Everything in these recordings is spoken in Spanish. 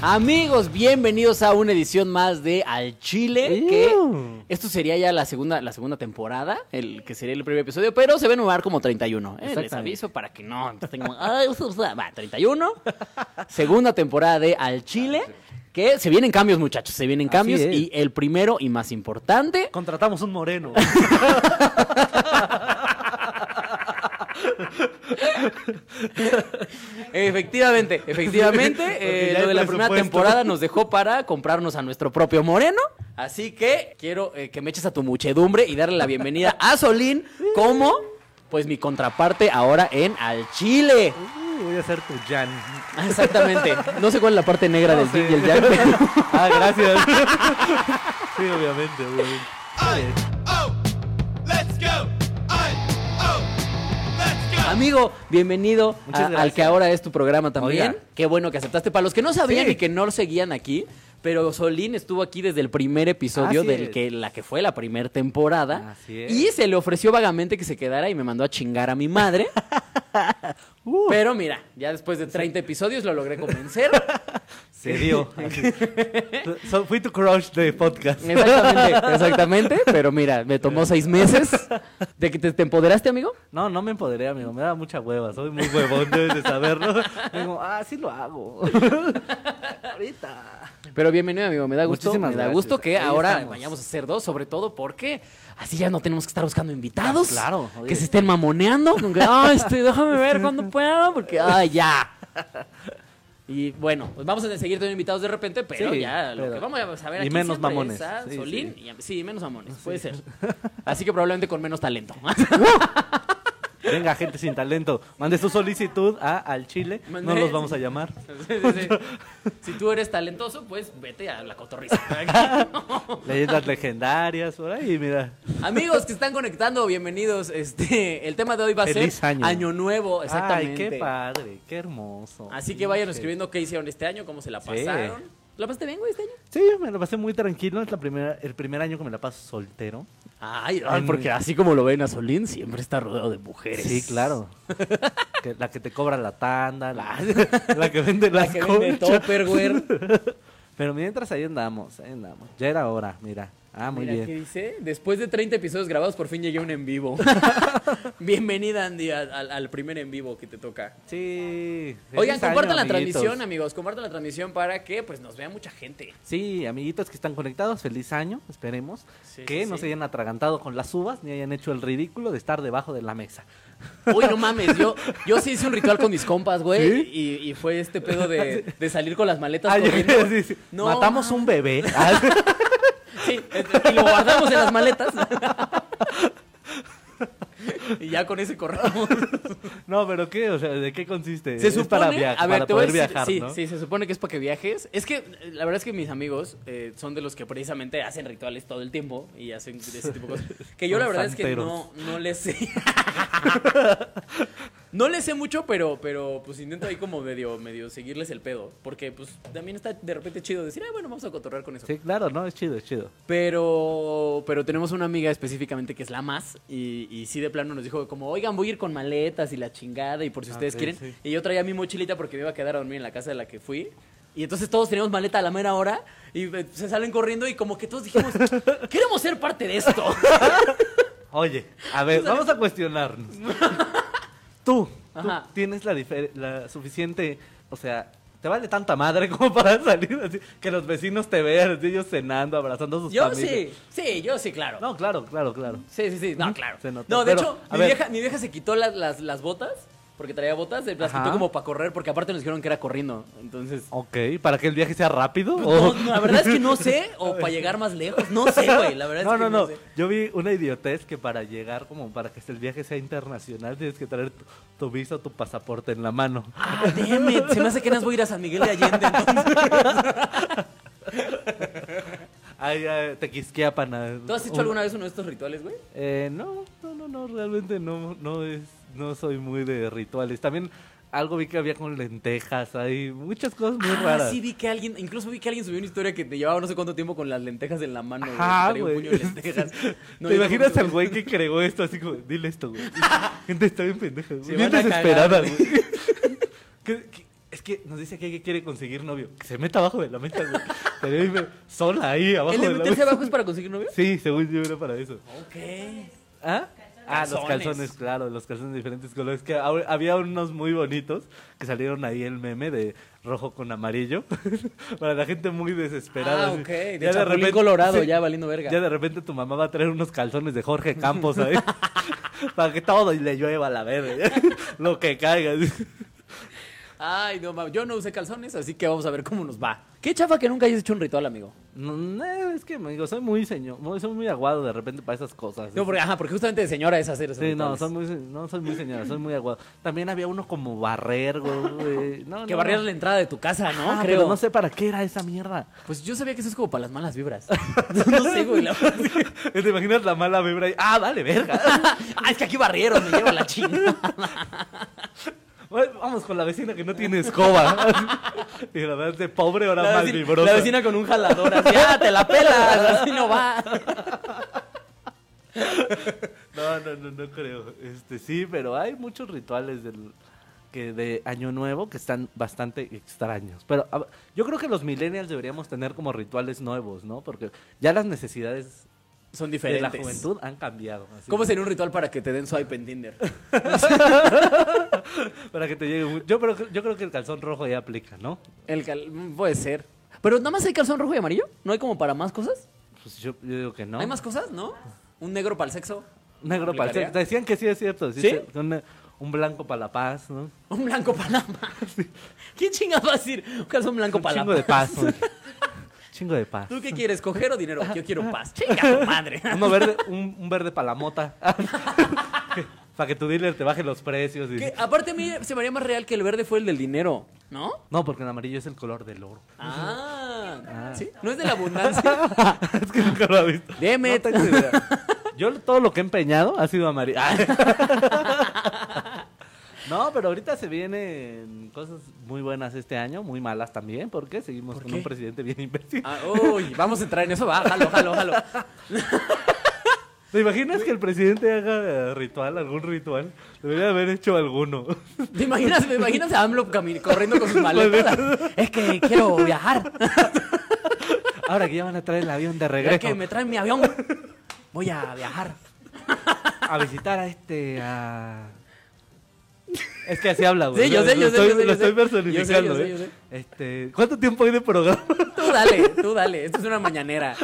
Amigos, bienvenidos a una edición más de Al Chile. Que esto sería ya la segunda, la segunda temporada, el que sería el primer episodio, pero se va a numerar como 31. ¿eh? Les Exactamente. aviso para que no estén como, "Ay, usa, usa". Va, 31. Segunda temporada de Al Chile. Que se vienen cambios, muchachos, se vienen Ah, Así cambios. es. Y el primero y más importante. Contratamos un moreno. Efectivamente, efectivamente. eh, Porque ya lo hay de la primera presupuesto. temporada nos dejó para comprarnos a nuestro propio moreno. Así que quiero eh, que me eches a tu muchedumbre y darle la bienvenida a Solín como, pues, mi contraparte ahora en Al Chile. Uh, voy a ser tu Jan. Exactamente. No sé cuál es la parte negra del yin y Ah, el yang, pero- Ah, gracias. sí, obviamente, obviamente. I oh, let's go. I oh, let's go. Amigo, bienvenido Muchas a- al gracias. que ahora es tu programa también. Oiga. Qué bueno que aceptaste. Para los que no sabían Sí. y que no lo seguían aquí, pero Solín estuvo aquí desde el primer episodio Así del es. que la que fue la primera temporada. Así es. Y se le ofreció vagamente que se quedara y me mandó a chingar a mi madre. Pero mira, ya después de 30 episodios lo logré convencer. Se dio. así. So- fui tu crush de podcast. Exactamente, exactamente. Pero mira, me tomó seis meses. ¿De que te, te empoderaste, amigo? No, no me empoderé, amigo. Me daba mucha hueva. Soy muy Muy huevón, debes de saberlo. Digo, ah, sí lo hago. Ahorita. Pero bienvenido, amigo. Me da gusto, Muchísimas me da gracias. gusto que Ahí ahora estamos. vayamos a hacer dos, sobre todo porque así ya no tenemos que estar buscando invitados. Ah, claro, oye. Que se estén mamoneando. como que, "Ah, este, déjame ver cuándo puedo, porque, ay, ya. Y bueno, pues vamos a seguir teniendo invitados de repente, pero Sí, ya lo pero- que vamos a ver y aquí menos siempre mamones. es a Sí, Solín y a- sí, menos mamones, puede ser. Así que probablemente con menos talento. Venga, gente sin talento. Mande su solicitud a al Chile. No Mandé- los vamos a llamar. Sí, sí, sí. Si tú eres talentoso, pues vete a la cotorriza. Leyendas legendarias, por ahí, mira. Amigos que están conectando, bienvenidos. Este, el tema de hoy va a Feliz ser año. nuevo, Ay, exactamente. qué padre, qué hermoso. Así que vayan Pinche. escribiendo qué hicieron este año, cómo se la Sí. pasaron. ¿La pasaste bien, güey, este año? Sí, me lo pasé muy tranquilo. Es la primera, el primer año que me la paso soltero. Ay, ay, porque así como lo ven a Solín, siempre está rodeado de mujeres. Sí, claro. Que- la que te cobra la tanda, la, la que vende las Ah, La que vende conchas. Tupperware. Pero mientras ahí andamos, ahí andamos. Ya era hora, mira. Ah, muy Mira, ¿qué bien. dice? Después de 30 episodios grabados, por fin llegué a un en vivo. Bienvenida, Andy, al- al- al primer en vivo que te toca. Sí. feliz Oigan, año, compartan la amiguitos. transmisión, amigos. Compartan la transmisión para que pues nos vea mucha gente. Sí, amiguitos que están conectados, feliz año, esperemos Sí, que sí, no sí. se hayan atragantado con las uvas ni hayan hecho el ridículo de estar debajo de la mesa. Uy, no mames, yo, yo sí hice un ritual con mis compas, güey. ¿Sí? Y, y fue este pedo de, de salir con las maletas Ah, yo- corriendo. sí, sí. No, Matamos mames. un bebé. Ah, Sí, este, y lo guardamos en las maletas. y ya con ese corramos. no, pero ¿qué? O sea, ¿de qué consiste? Se este, Es supone, para, viajar, a ver, para te voy a poder decir- viajar, sí, ¿no? sí, se supone que es para que viajes. Es que eh, la verdad es que mis amigos eh, son de los que precisamente hacen rituales todo el tiempo y hacen ese tipo de cosas. Que yo la Son verdad es que santeros. no, no les sé. no les sé mucho, pero, pero pues intento ahí como medio, medio seguirles el pedo. Porque pues también está de repente chido decir, ah, bueno, vamos a cotorrear con eso. Sí, claro, no, es chido, es chido. Pero, pero tenemos una amiga específicamente que es la más y, y sí de plano nos dijo como, oigan, voy a ir con maletas y la chingada y por si Ah, ustedes ok, quieren. sí. Y yo traía mi mochilita porque me iba a quedar a dormir en la casa de la que fui. Y entonces todos teníamos maleta a la mera hora y eh, se salen corriendo y como que todos dijimos, queremos ser parte de esto. Oye, a ver, vamos a cuestionarnos. Tú, tú Ajá. tienes la, difer- la suficiente, o sea, te vale tanta madre como para salir así, que los vecinos te vean, así, ellos cenando, abrazando a sus yo familias. sí, sí, yo sí, claro. No, claro, claro, claro. Sí, sí, sí, no, claro. Se notó, No, de pero, hecho, a mi ver. vieja, mi vieja se quitó las, las, las botas porque traía botas, se las Ajá. quitó como para correr porque aparte nos dijeron que era corriendo. Entonces... Ok, ¿para que el viaje sea rápido? No, ¿O- no, la verdad es que no sé, o para llegar más lejos, no sé, güey, la verdad no, es que no, no. sé. Yo vi una idiotez que para llegar, como para que el viaje sea internacional, tienes que traer tu, tu visa o tu pasaporte en la mano. Ah, damn it, se me hace que nos voy a ir a San Miguel de Allende. entonces. Ay, ay, te quisqueapan. a- ¿Tú has hecho un- alguna vez uno de estos rituales, güey? Eh, no, no, no, no, realmente no, no es, no soy muy de rituales. También algo vi que había con lentejas, hay muchas cosas muy ah, raras. sí vi que alguien, incluso vi que alguien subió una historia que te llevaba no sé cuánto tiempo con las lentejas en la mano, güey. Ajá, que traía un güey. puño de lentejas. No, ¿Te yo imaginas tampoco- al güey que creó esto así como, dile esto, güey? Gente está bien pendeja, güey, Se bien van a desesperada, cagar, güey. ¿Qué- qué- Es que nos dice que que quiere conseguir novio. Que se meta abajo de la mesa, güey. Pero dime, sola ahí, abajo ¿El de de la meterse mesa. abajo es para conseguir novio? Sí, según yo era para eso. Ok. ¿Ah? Ah, los Calzones. calzones, claro, los calzones de diferentes colores. Que ahor- había unos muy bonitos que salieron ahí el meme de rojo con amarillo. para la gente muy Ah, desesperada. así. ok. De Ya Chapulín Colorado, sí, ya valiendo verga. Ya de repente tu mamá va a traer unos calzones de Jorge Campos ahí. para que todo le llueva a la verga. Lo que caiga. Ay, no mames. Yo no usé calzones, así que vamos a ver cómo nos va. Qué chafa que nunca hayas hecho un ritual, amigo. No, no, es que amigo, soy muy señor, muy- soy muy aguado de repente para esas cosas. No, porque, ajá, porque justamente de señora es hacer esos Sí, no, rituales. soy muy, se- no soy muy señora, soy muy aguado. También había uno como barrer, güey. No, Que no, barrieras no. la entrada de tu casa, ¿no? Ah, Creo. Pero no sé para qué era esa mierda. Pues yo sabía que eso es como para las malas vibras. no sé, güey. La... verdad es que- ¿Te imaginas la mala vibra ahí? Ah, vale, verga. Ah, es que aquí barrieron, me llevo la chingada. Ay, Vamos con la vecina que no tiene escoba. y la verdad es de pobre ahora La, más vecina- vibrosa. la vecina con un jalador, así, ah, te la pelas, así no va. No, no, no, no creo. Este, sí, pero hay muchos rituales del que de Año Nuevo que están bastante extraños. Pero a ver, yo creo que los millennials deberíamos tener como rituales nuevos, ¿no? Porque ya las necesidades Son diferentes. de la juventud han cambiado. así. ¿Cómo sería un ritual para que te den swipe en Tinder? Para que te llegue. un- Yo, pero, yo creo que el calzón rojo ya aplica, ¿no? El cal- mm, Puede ser. Pero nada más hay calzón rojo y amarillo. ¿No hay como para más cosas? Pues yo, yo digo que no. ¿Hay más cosas? ¿No? ¿Un negro para el sexo? Negro para el ¿Aplicaría? sexo. Decían que sí es cierto. sí ¿Sí? es cierto. Un, un blanco para la paz, ¿no? Un blanco para la paz. ¿Quién chingas va a decir un calzón blanco Un para la chingo de paz. güey. chingo de paz. ¿Tú qué quieres, coger o dinero? Yo quiero paz. Chinga tu madre. Uno verde, un, un verde para la mota. para que tu dealer te baje los precios. y- Que, aparte a mí se me haría más real que el verde fue el del dinero, ¿no? No, porque el amarillo es el color del oro. Ah, ¿sí? No es de la abundancia. es que nunca lo he visto. Deme. No tengo idea. Yo todo lo que he empeñado ha sido amarillo. No, pero ahorita se vienen cosas muy buenas este año, muy malas también, porque seguimos ¿Por con qué? un presidente bien imbécil. Ah, uy, vamos a entrar en eso, va, jalo, jalo, jalo. ¿Te imaginas que el presidente haga eh, ritual, algún ritual? Debería haber hecho alguno. ¿Te imaginas, me imaginas a AMLO cami- corriendo con Pues, sus maletas? es que quiero viajar. Ahora que ya van a traer el avión de Es regreso que me traen mi avión. Voy a viajar. a visitar a este a... Es que así habla, güey. Sí, yo sé, yo Lo sé, estoy- yo sé, yo Lo sé. estoy Yo personificando, sé, yo sé, yo ¿eh? Este, ¿cuánto tiempo hay de programa? Tú dale, tú dale. Esto es una mañanera.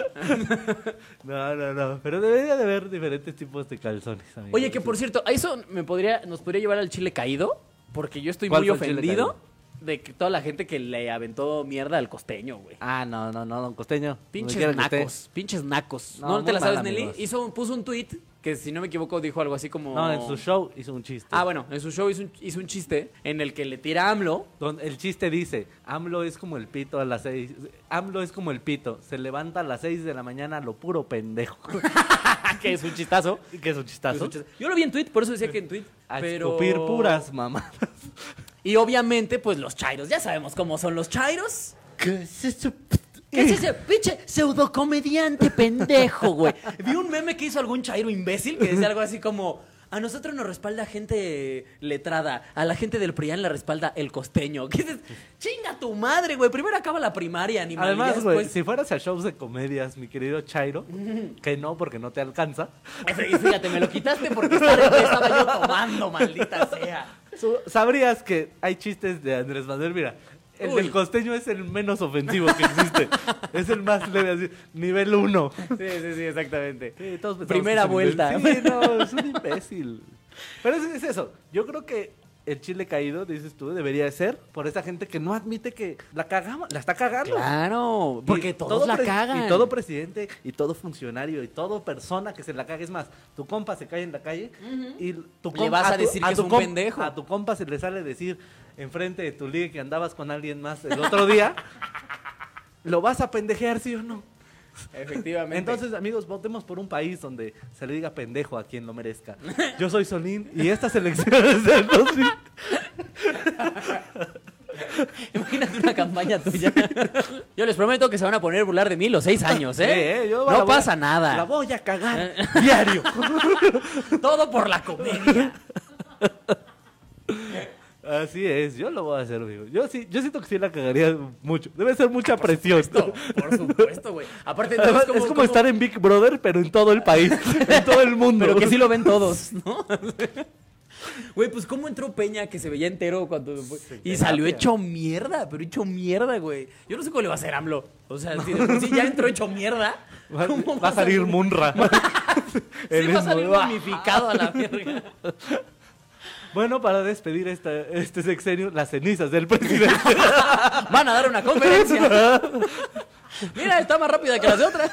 No, no, no. Pero debería de haber diferentes tipos de calzones, amigo. Oye, que por cierto, a eso me podría, nos podría llevar al chile caído, porque yo estoy ¿Cuál muy fue el chile ofendido caído? de que toda la gente que le aventó mierda al costeño, güey. Ah, no, no, no, don Costeño. donde quiera Pinches que esté. nacos, pinches nacos. No, No, te muy la sabes, mal, Nelly. amigos. Hizo, un- puso un tweet que, si no me equivoco, dijo algo así como. No, en su show hizo un chiste. Ah, bueno, en su show hizo un, hizo un chiste en el que le tira a AMLO. Don- el chiste dice, AMLO es como el pito a las seis. AMLO es como el pito. Se levanta a las seis de la mañana a lo puro pendejo. que es un chistazo. que es un Es chistazo. un chistazo. Yo lo vi en tweet, por eso decía que en tweet. A pero... escupir puras mamadas. Y obviamente, pues los chairos. Ya sabemos cómo son los chairos. ¿Qué es eso? ¿Qué es ese pinche pseudocomediante pendejo, güey? Vi un meme que hizo algún chairo imbécil que decía algo así como... A nosotros nos respalda gente letrada, a la gente del PRIAN la respalda el costeño. ¿Qué dices? Chinga tu madre, güey. Primero acaba la primaria, animal. y ya Además, güey, después- si fueras a shows de comedias, mi querido Chairo, que no, porque no te alcanza, Y Fíjate, me lo quitaste porque estaba, estaba yo tomando, maldita sea. su- sabrías que hay chistes de Andrés Manuel. Mira, el Uy. del costeño es el menos ofensivo que existe. es el más leve, así, nivel 1. Sí, sí, sí, exactamente. Sí, todos pensamos Primera que es un vuelta. imbécil. Sí, no, es un imbécil. Pero es, es eso. Yo creo que el chile caído, dices tú, debería ser por esa gente que no admite que la cagamos, la está cagando. Claro, porque Y todos todo la pres- cagan. Y todo presidente, y todo funcionario, y todo persona que se la cague. Es más, tu compa se cae en la calle y tu Le compa- vas a tu- decir que es tu un com- pendejo. A tu compa se le sale decir enfrente de tu liga que andabas con alguien más el otro día. ¿Lo vas a pendejear, sí o no? Efectivamente. Entonces, amigos, votemos por un país donde se le diga pendejo a quien lo merezca. Yo soy Solín y estas elecciones del 2000 imagínate una campaña tuya. Yo les prometo que se van a poner a burlar de mí los seis años, ¿eh? Eh, eh, yo la no voy a- pasa La nada. voy a cagar diario. Todo por la comedia. Así es, yo lo voy a hacer, amigo. Yo sí, yo siento que sí la cagaría mucho. Debe ser mucha presión. No, por supuesto, güey. Aparte, entonces, Además, es como, estar en Big Brother, pero en todo el país, en todo el mundo. Pero que sí lo ven todos, ¿no? Güey, pues cómo entró Peña que se veía entero cuando fue? y salió hecho mierda, pero hecho mierda, güey. Yo no sé cómo le va a hacer AMLO. O sea, si, si ya entró hecho mierda, Va, ¿cómo va a salir Munra. Sí, Él va a es salir muy- momificado a la verga. Bueno, para despedir esta, este sexenio, las cenizas del presidente. Van a dar una conferencia. Mira, está más rápida que las de otras.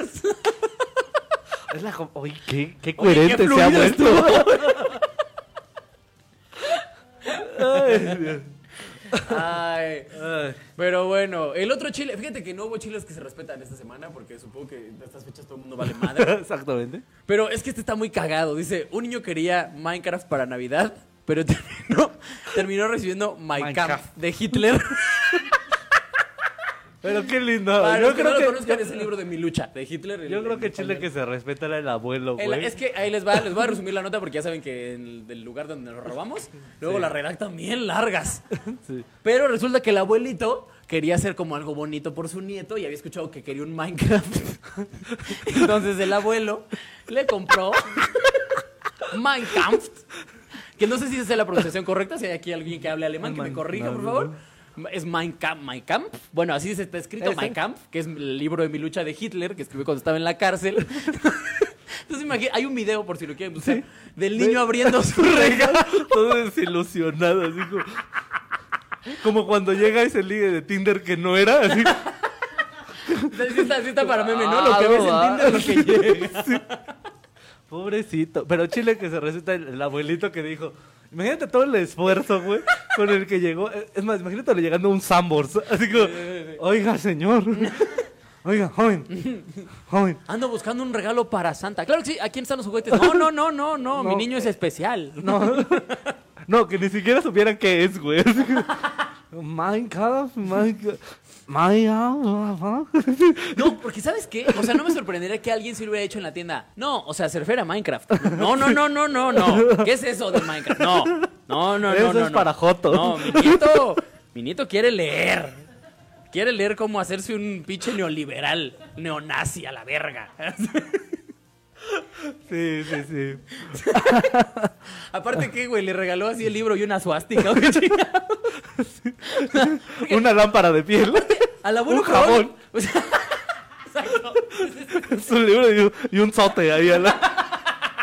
Es la jo- Oye, Oye, qué, qué qué coherente se ha fluido vuelto. Ay, Dios. Ay. Ay. Pero bueno, el otro chile, fíjate que no hubo chiles que se respetan esta semana porque supongo que en estas fechas todo el mundo vale madre. Exactamente. Pero es que este está muy cagado. Dice, un niño quería Minecraft para Navidad, pero terminó, terminó recibiendo Mein Kampf Minecraft. de Hitler. Pero qué lindo. Para yo los que no creo lo que, conozcan, es el libro de mi lucha, de Hitler. el- yo creo que el- Chile que se respeta era el abuelo, el- güey. es que ahí les va, les voy a resumir la nota porque ya saben que en el del lugar donde nos robamos, luego la redactan bien largas. Sí. Pero resulta que el abuelito quería hacer como algo bonito por su nieto y había escuchado que quería un Minecraft. Entonces el abuelo le compró Minecraft. Que no sé si esa es la pronunciación correcta, si hay aquí alguien que hable alemán que me Min- corrija, no, por no, favor. Es Mein Kampf, Mein Kampf. Bueno, así se está escrito Ese. Mein Kampf, que es el libro de mi lucha de Hitler, que escribí cuando estaba en la cárcel. Entonces imagínate, hay un video, por si lo quieren buscar, del niño abriendo su regalo. Todo desilusionado, así como, como cuando llega ese ligue de Tinder que no era, así. Sí está, sí está para meme, ¿no? Ah, Lo que ves en Tinder, lo que Pobrecito. Pero Chile que se receta el, el abuelito que dijo. Imagínate todo el esfuerzo, güey, con el que llegó. Eh, Es más, imagínate llegando un Sambors. Así como, oiga, señor. Oiga, joven. Joven. Ando buscando un regalo para Santa. Claro que sí, aquí están los juguetes. No, no, no, no, no, mi No. niño es especial. No. No, que ni siquiera supieran qué es, güey. Así que, Minecraft, Minecraft. Minecraft. No, porque ¿sabes qué? O sea, no me sorprendería que alguien se lo hubiera hecho en la tienda. No, o sea, se refiere a Minecraft. No, no, no, no, no, no. ¿Qué es eso de Minecraft? No, no, no, no. Eso no, es no. para Joto. No, mi nieto, mi nieto quiere leer. Quiere leer cómo hacerse un pinche neoliberal, neonazi a la verga. Sí, sí, sí. Aparte que, güey, le regaló así el libro y una suástica. güey, chingada. Una lámpara de piel. Al abuelo Un jabón. O sea, exacto. Su libro y un, y un sote ahí al lado.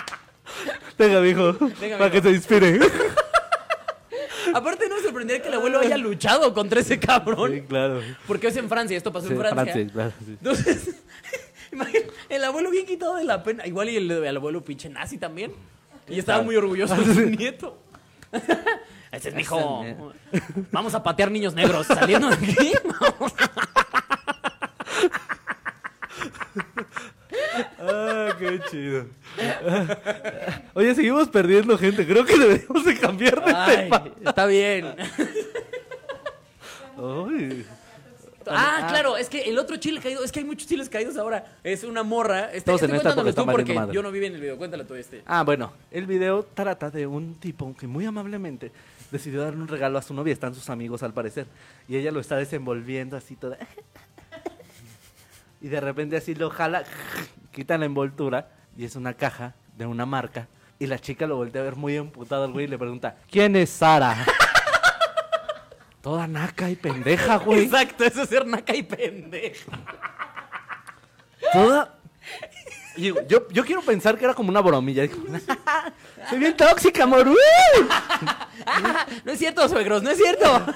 Venga, mijo. Venga, mijo. para que se inspire. Aparte no me sorprendería que el abuelo haya luchado contra ese cabrón. Sí, claro. Porque es en Francia, esto pasó Sí, en Francia. Francia, claro, sí. Entonces, imagina, el abuelo bien quitado de la pena. Igual y el, el abuelo pinche nazi también. Y estaba muy orgulloso de su nieto. Ese es mi hijo. Vamos a patear niños negros saliendo de aquí. Ah, qué chido. Oye, seguimos perdiendo gente. Creo que debemos de cambiar de Ay, tema. está bien. Ay. Ah, claro, es que el otro chile caído, es que hay muchos chiles caídos ahora. Es una morra. Este, Todos este en esta cuéntanos porque están tú porque valiendo madre. yo no vi en el video. Cuéntalo tú este. Ah, bueno, el video trata de un tipo que muy amablemente decidió dar un regalo a su novia. Están sus amigos al parecer. Y ella lo está desenvolviendo así toda. Y de repente así lo jala, quita la envoltura y es una caja de una marca. Y la chica lo voltea a ver muy emputada al güey y le pregunta, ¿quién es Sara? Toda naca y pendeja, güey. Exacto, eso es ser naca y pendejo. Toda... Y Yo, yo quiero pensar que era como una bromilla. Dijo, Soy bien tóxica, amor. ¡Uh! No es cierto, suegros, no es cierto.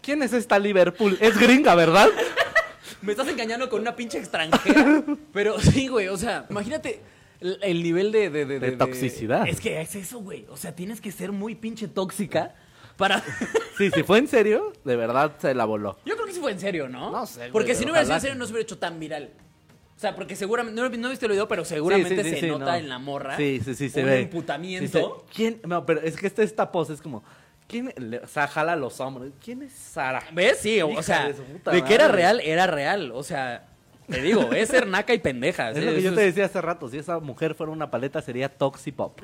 ¿Quién es esta Liverpool? Es gringa, ¿verdad? Me estás engañando con una pinche extranjera. Pero sí, güey, o sea, imagínate el, el nivel de, de, de, De toxicidad. Es que es eso, güey. O sea, tienes que ser muy pinche tóxica para. Sí, si fue en serio, de verdad se la voló. Yo creo que sí fue en serio, ¿no? No sé, güey, Porque si no hubiera sido en ojalá. serio, no se hubiera hecho tan viral. O sea, porque seguramente. No, no viste el video, pero seguramente Sí, sí, sí, se sí, nota no. en la morra. Sí, sí, sí, se un ve. emputamiento. Sí, se- ¿Quién? No, pero es que esta, esta pose es como. ¿Quién? le- O sea, jala los hombros. ¿Quién es Sara? ¿Ves? Sí, o, Hija o sea, de de, su puta que era madre. real, era real. O sea, te digo, es ser naca y pendeja. Es sí, lo que yo eso te es- decía hace rato. Si esa mujer fuera una paleta, sería Toxipop.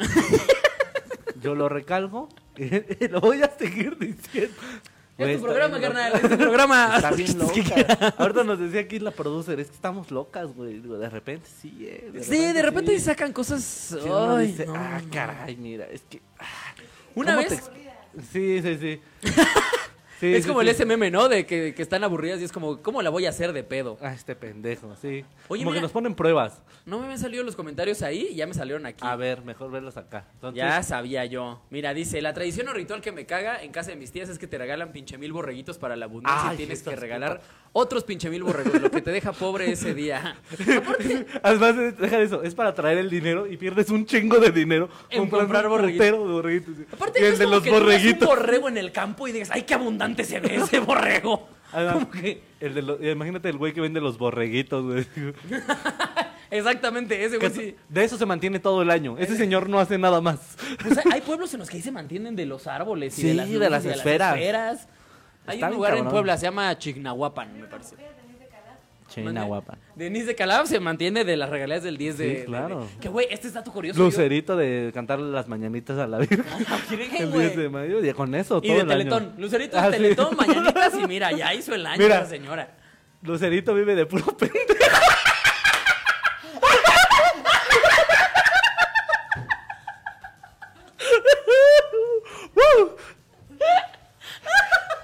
yo lo recalco Lo voy a seguir diciendo. Pues, Güey, Es está tu programa, bien loco. carnal. Es tu programa. Está bien loca. Ahorita nos decía aquí la producer, es que estamos locas, güey. Digo, De repente sí, eh, Sí, de repente sí. sacan cosas. Sí, uno Ay, dice, no, ah, no. caray, mira, es que... ah, Una ¿cómo te vez- expl- Sí, sí, sí. Sí, es sí, como sí. el SMM, ¿no? De que, que están aburridas y es como, ¿cómo la voy a hacer de pedo? Ah, este pendejo, sí. Oye, como mira. que nos ponen pruebas. No me habían salido los comentarios ahí y ya me salieron aquí. A ver, mejor verlos acá. Ah, Entonces, Ya sabía yo. Mira, dice, la tradición o ritual que me caga en casa de mis tías es que te regalan pinche mil borreguitos para la abundancia Ay, y tienes esas que regalar otros pinche mil borregos, lo que te deja pobre ese día. Además, eh, deja eso, es para traer el dinero y pierdes un chingo de dinero En comprando comprar un borreguitos. putero de borreguitos. sí. Aparte, y no el es de como los que tú veas borreguitos. un borrego en el campo y digas, ay, qué abundante se ve ese borrego. Además, Como que- el de los- imagínate el güey que vende los borreguitos, güey. Exactamente, ese güey Pues sí. De eso se mantiene todo el año. Ese señor no hace nada más. Pues hay, hay pueblos en los que ahí se mantienen de los árboles y Sí, de las, de luces las y esferas. Hay Está un bien lugar en cabrón. Puebla, se llama Chignahuapan, me parece. China guapa. Denise de Calab se mantiene de las regalías del 10 de. Sí, claro. de- de- que güey, este es dato curioso. Lucerito de cantarle las mañanitas a la Virgen. yo- Virgen, El güey. 10 de mayo, y con eso Ah, Y todo de el año. Teletón. Lucerito de Ah, sí. Teletón, mañanitas y mira, ya hizo el año Mira. esa señora. Lucerito vive de puro pendejo.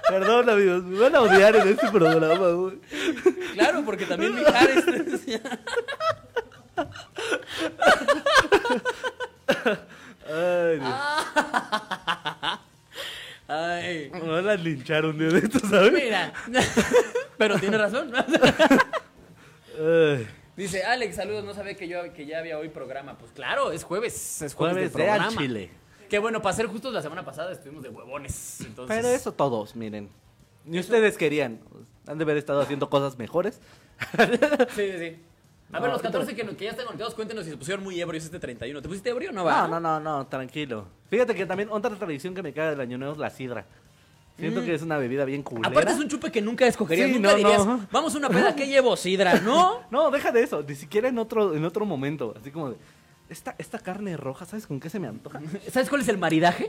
Perdón, amigos, me van a odiar en este programa, güey. Claro, porque también Mijares. Ay, Dios. Ay. Me van a linchar un día de estos, ¿sabes? Mira. Pero tiene razón. Ay. Dice, Alex, saludos, no sabía que yo que ya había hoy programa. Pues claro, es jueves, es jueves, Jueves de de al programa. chile. Que bueno, para ser justos, la semana pasada estuvimos de huevones. Entonces, Pero eso todos, miren. Ni ustedes querían. Han de haber estado haciendo cosas mejores. Sí, sí, sí. A ver, los 14 que, no- que ya están conectados, cuéntenos si se pusieron muy ebrios este 31. ¿Te pusiste ebrio o no va? No, no, no, no, tranquilo. Fíjate que también otra tradición que me cae del año nuevo es la sidra. Siento que es una bebida bien culera. Aparte es un chupe que nunca escogerías, Sí, nunca no, dirías, no. vamos a una peda que llevo sidra, ¿no? No, deja de eso, ni siquiera en otro, en otro momento. Así como de, esta, esta carne roja, ¿sabes con qué se me antoja? ¿Sabes cuál es el maridaje?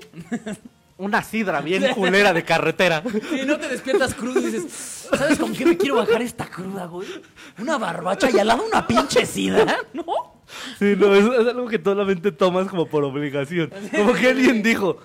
Una sidra bien culera de carretera. Si no te despiertas crudo y dices, ¿sabes con qué me quiero bajar esta cruda, güey? Una barbacha y al lado una pinche sidra, ¿no? Sí, no, es, es algo que solamente tomas como por obligación. Como que alguien dijo,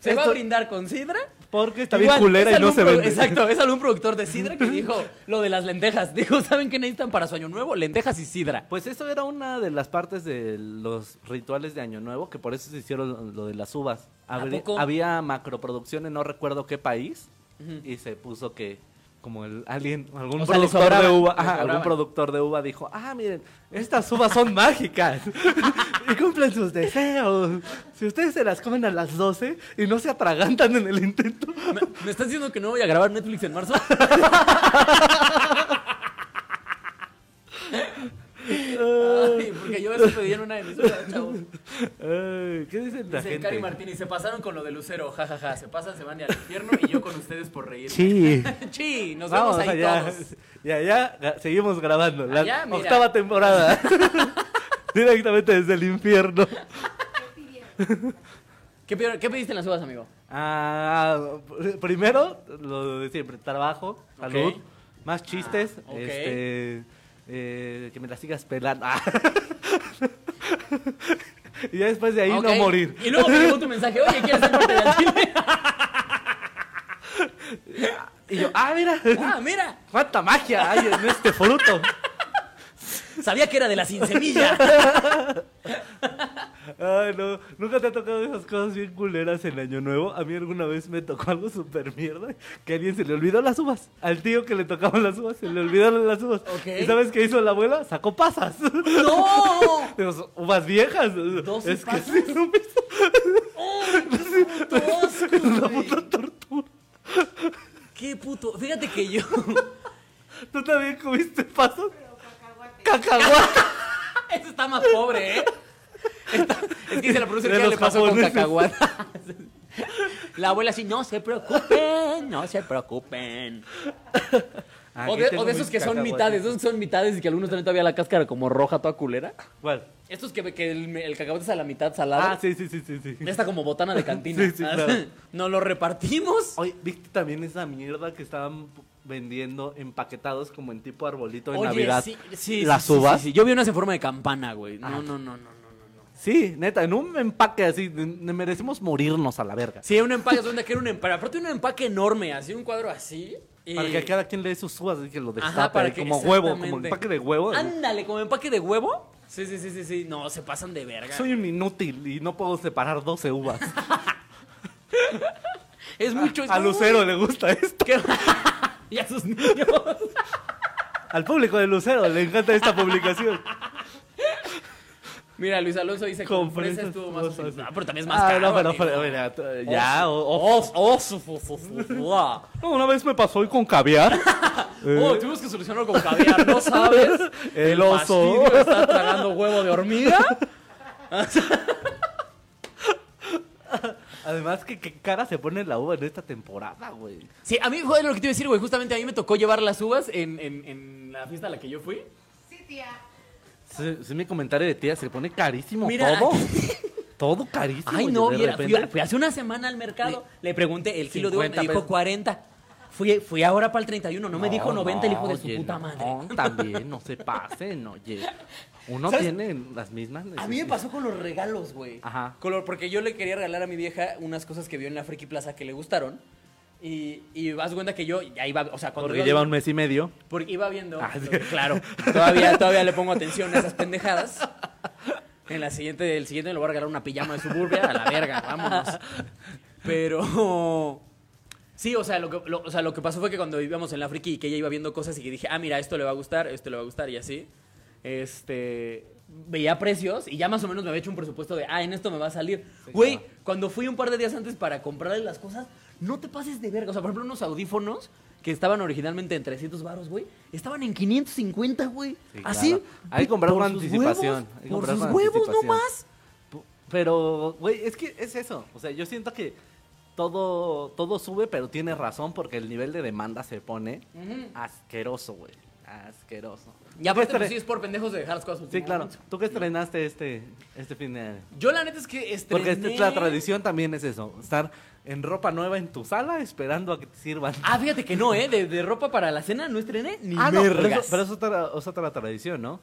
Se va a Esto- brindar con sidra. porque está bien Igual, culera es y no algún se pro- vende. Exacto, es algún productor de sidra que dijo lo de las lentejas. Dijo, ¿saben qué necesitan para su año nuevo? Lentejas y sidra. Pues eso era una de las partes de los rituales de Año Nuevo, que por eso se hicieron lo- lo de las uvas. ¿A Habría- poco? Había macroproducción en no recuerdo qué país, y se puso que como el alguien, algún O sea, les productor de sobraban, uva, les ajá, algún sobraban. productor de uva dijo, ah, miren, estas uvas son mágicas y cumplen sus deseos. Si ustedes se las comen a las 12 y no se atragantan en el intento, ¿Me, me estás diciendo que no voy a grabar Netflix en marzo? Ay, porque yo eso pedí en una de mis horas, chavos. Ay, ¿qué dicen la Dice gente? Cari Martínez, se pasaron con lo de Lucero, jajaja. Se pasan, se van al infierno y yo con ustedes por reír. Sí. Sí, nos vemos Vamos ahí allá. todos. Y allá ga- seguimos grabando. La Allá, mira. octava temporada. Directamente desde el infierno. ¿Qué, pidieron- qué pediste en las uvas, amigo? Ah, pr- primero, lo de siempre: trabajo, salud, Ok. más chistes. Ah, ok. este, eh, que me la sigas pelando. Ah. y ya después de ahí Ok. no morir. Y luego me llegó tu mensaje, oye, ¿quieres ser parte del chile? Y yo, ah, mira, Ah, mira, cuánta magia hay en este fruto. sabía que era de la sin semilla. Ay, no, nunca te ha tocado esas cosas bien culeras en Año Nuevo. A mí alguna vez me tocó algo súper mierda que a alguien se le olvidó las uvas. Al tío que le tocaban las uvas, se le olvidaron las uvas. Ok. ¿Y sabes qué hizo la abuela? Sacó pasas. ¡No! De las uvas viejas. ¿Doce es pasas? que sí, no me- ¡Todo asco, una güey! puta tortura. ¡Qué puto! Fíjate que yo... ¿Tú también comiste pasas? Cacahuate. Eso está más pobre, ¿eh? Está- Es que se la produce De que los le pasó con japoneses. cacahuate. La abuela así, no se preocupen, no se preocupen. Ah, o de, o de esos que son mitades, de esos que son mitades y que algunos también todavía la cáscara como roja, toda culera. ¿Cuál? Estos que, que el, el cacahuate es a la mitad salado. Ah, sí, sí, sí, sí, sí. Esta como botana de cantina. Ah, Sí, sí, claro. Nos lo repartimos. Oye, ¿viste también esa mierda que estaban vendiendo empaquetados como en tipo arbolito de Oye, Navidad? sí, sí, Las sí, sí, uvas. Ah. sí, sí. Yo vi unas en forma de campana, güey. No, no, no, no, no. Sí, neta, en un empaque así, n- n- merecemos morirnos a la verga. Sí, un empaque, donde que era un empaque. Aparte, un empaque enorme, así, un cuadro así. y- Para que a cada quien le dé sus uvas y que lo Ajá, destape, para que- como huevo, como exactamente. empaque de huevo. Ándale, como empaque de huevo. Sí, sí, sí, sí, sí. No, se pasan de verga. Soy un inútil y no puedo separar 12 uvas. Es mucho. es a muy- Lucero le gusta esto. ¿Qué? y a sus niños. Al público de Lucero le encanta esta publicación. Mira, Luis Alonso dice que con fresa estuvo más. fresas, Ah, pero también es más Ah, caro. no, pero, amigo. pero, mira, t- ya, o- o- Oh, oh, su- fu- fu- fu- fu- ah. No, una vez me pasó hoy con caviar. Oh, tuvimos que solucionarlo con caviar, ¿no sabes? Eh. El oso. fastidio de estar tragando huevo de hormiga. Además, que qué cara se pone la uva en esta temporada, güey. Sí, a mí, joder, lo que te iba a decir, güey, justamente a mí me tocó llevar las uvas en, en, en la fiesta a la que yo fui. Sí, tía. Sí, sí, mi comentario de tía, se pone carísimo Mira, todo. aquí- Todo carísimo. Ay, y no, de viera, fui, repente- fui hace una semana al mercado, le pregunté el kilo de uva, me 50 dijo pesos. 40. Fui, fui ahora para el 31, no, me dijo 90 el hijo de su oye, puta no, madre. también, no se pasen, oye. Uno ¿Sabes? tiene las mismas A mí me necesidades. pasó con los regalos, güey. Ajá. Con lo- porque yo le quería regalar a mi vieja unas cosas que vio en la Friki Plaza que le gustaron. Y, y vas cuenta que yo ya iba, o sea, cuando Porque iba, lleva un mes y medio. porque iba viendo, Ah, sí. lo que- claro, todavía, todavía le pongo atención a esas pendejadas. En la siguiente, el siguiente le voy a regalar una pijama de suburbia a la verga, vámonos. Pero sí, o sea, lo que, lo- o sea, lo que pasó fue que cuando vivíamos en la friki y que ella iba viendo cosas y que dije, ah, mira, esto le va a gustar, esto le va a gustar y así, este, veía precios y ya más o menos me había hecho un presupuesto de, ah, en esto me va a salir. Güey, cuando fui un par de días antes para comprarle las cosas, no te pases de verga. O sea, por ejemplo, unos audífonos que estaban originalmente en 300 baros, güey, estaban en 550, güey. Sí, Así. claro. Hay que comprar ¿Ah, por con sus anticipación, huevos, hay que por comprar sus con huevos, no anticipación. más. P- Pero, güey, es que es eso. O sea, yo siento que todo, todo sube, pero tiene razón porque el nivel de demanda se pone asqueroso, güey. Asqueroso. Y aparte, ¿Tú qué pues, estre- sí, es por pendejos de dejar las cosas. a Sí, último claro. momento. ¿Tú qué estrenaste este, este fin de año? Yo la neta es que estrené... Porque esta es la tradición también es eso, estar en ropa nueva en tu sala esperando a que te sirvan. Ah, fíjate que no, ¿eh? De, de ropa para la cena no estrené ni Ah, no, pero mergas. eso, pero eso es, otra, es otra tradición, ¿no?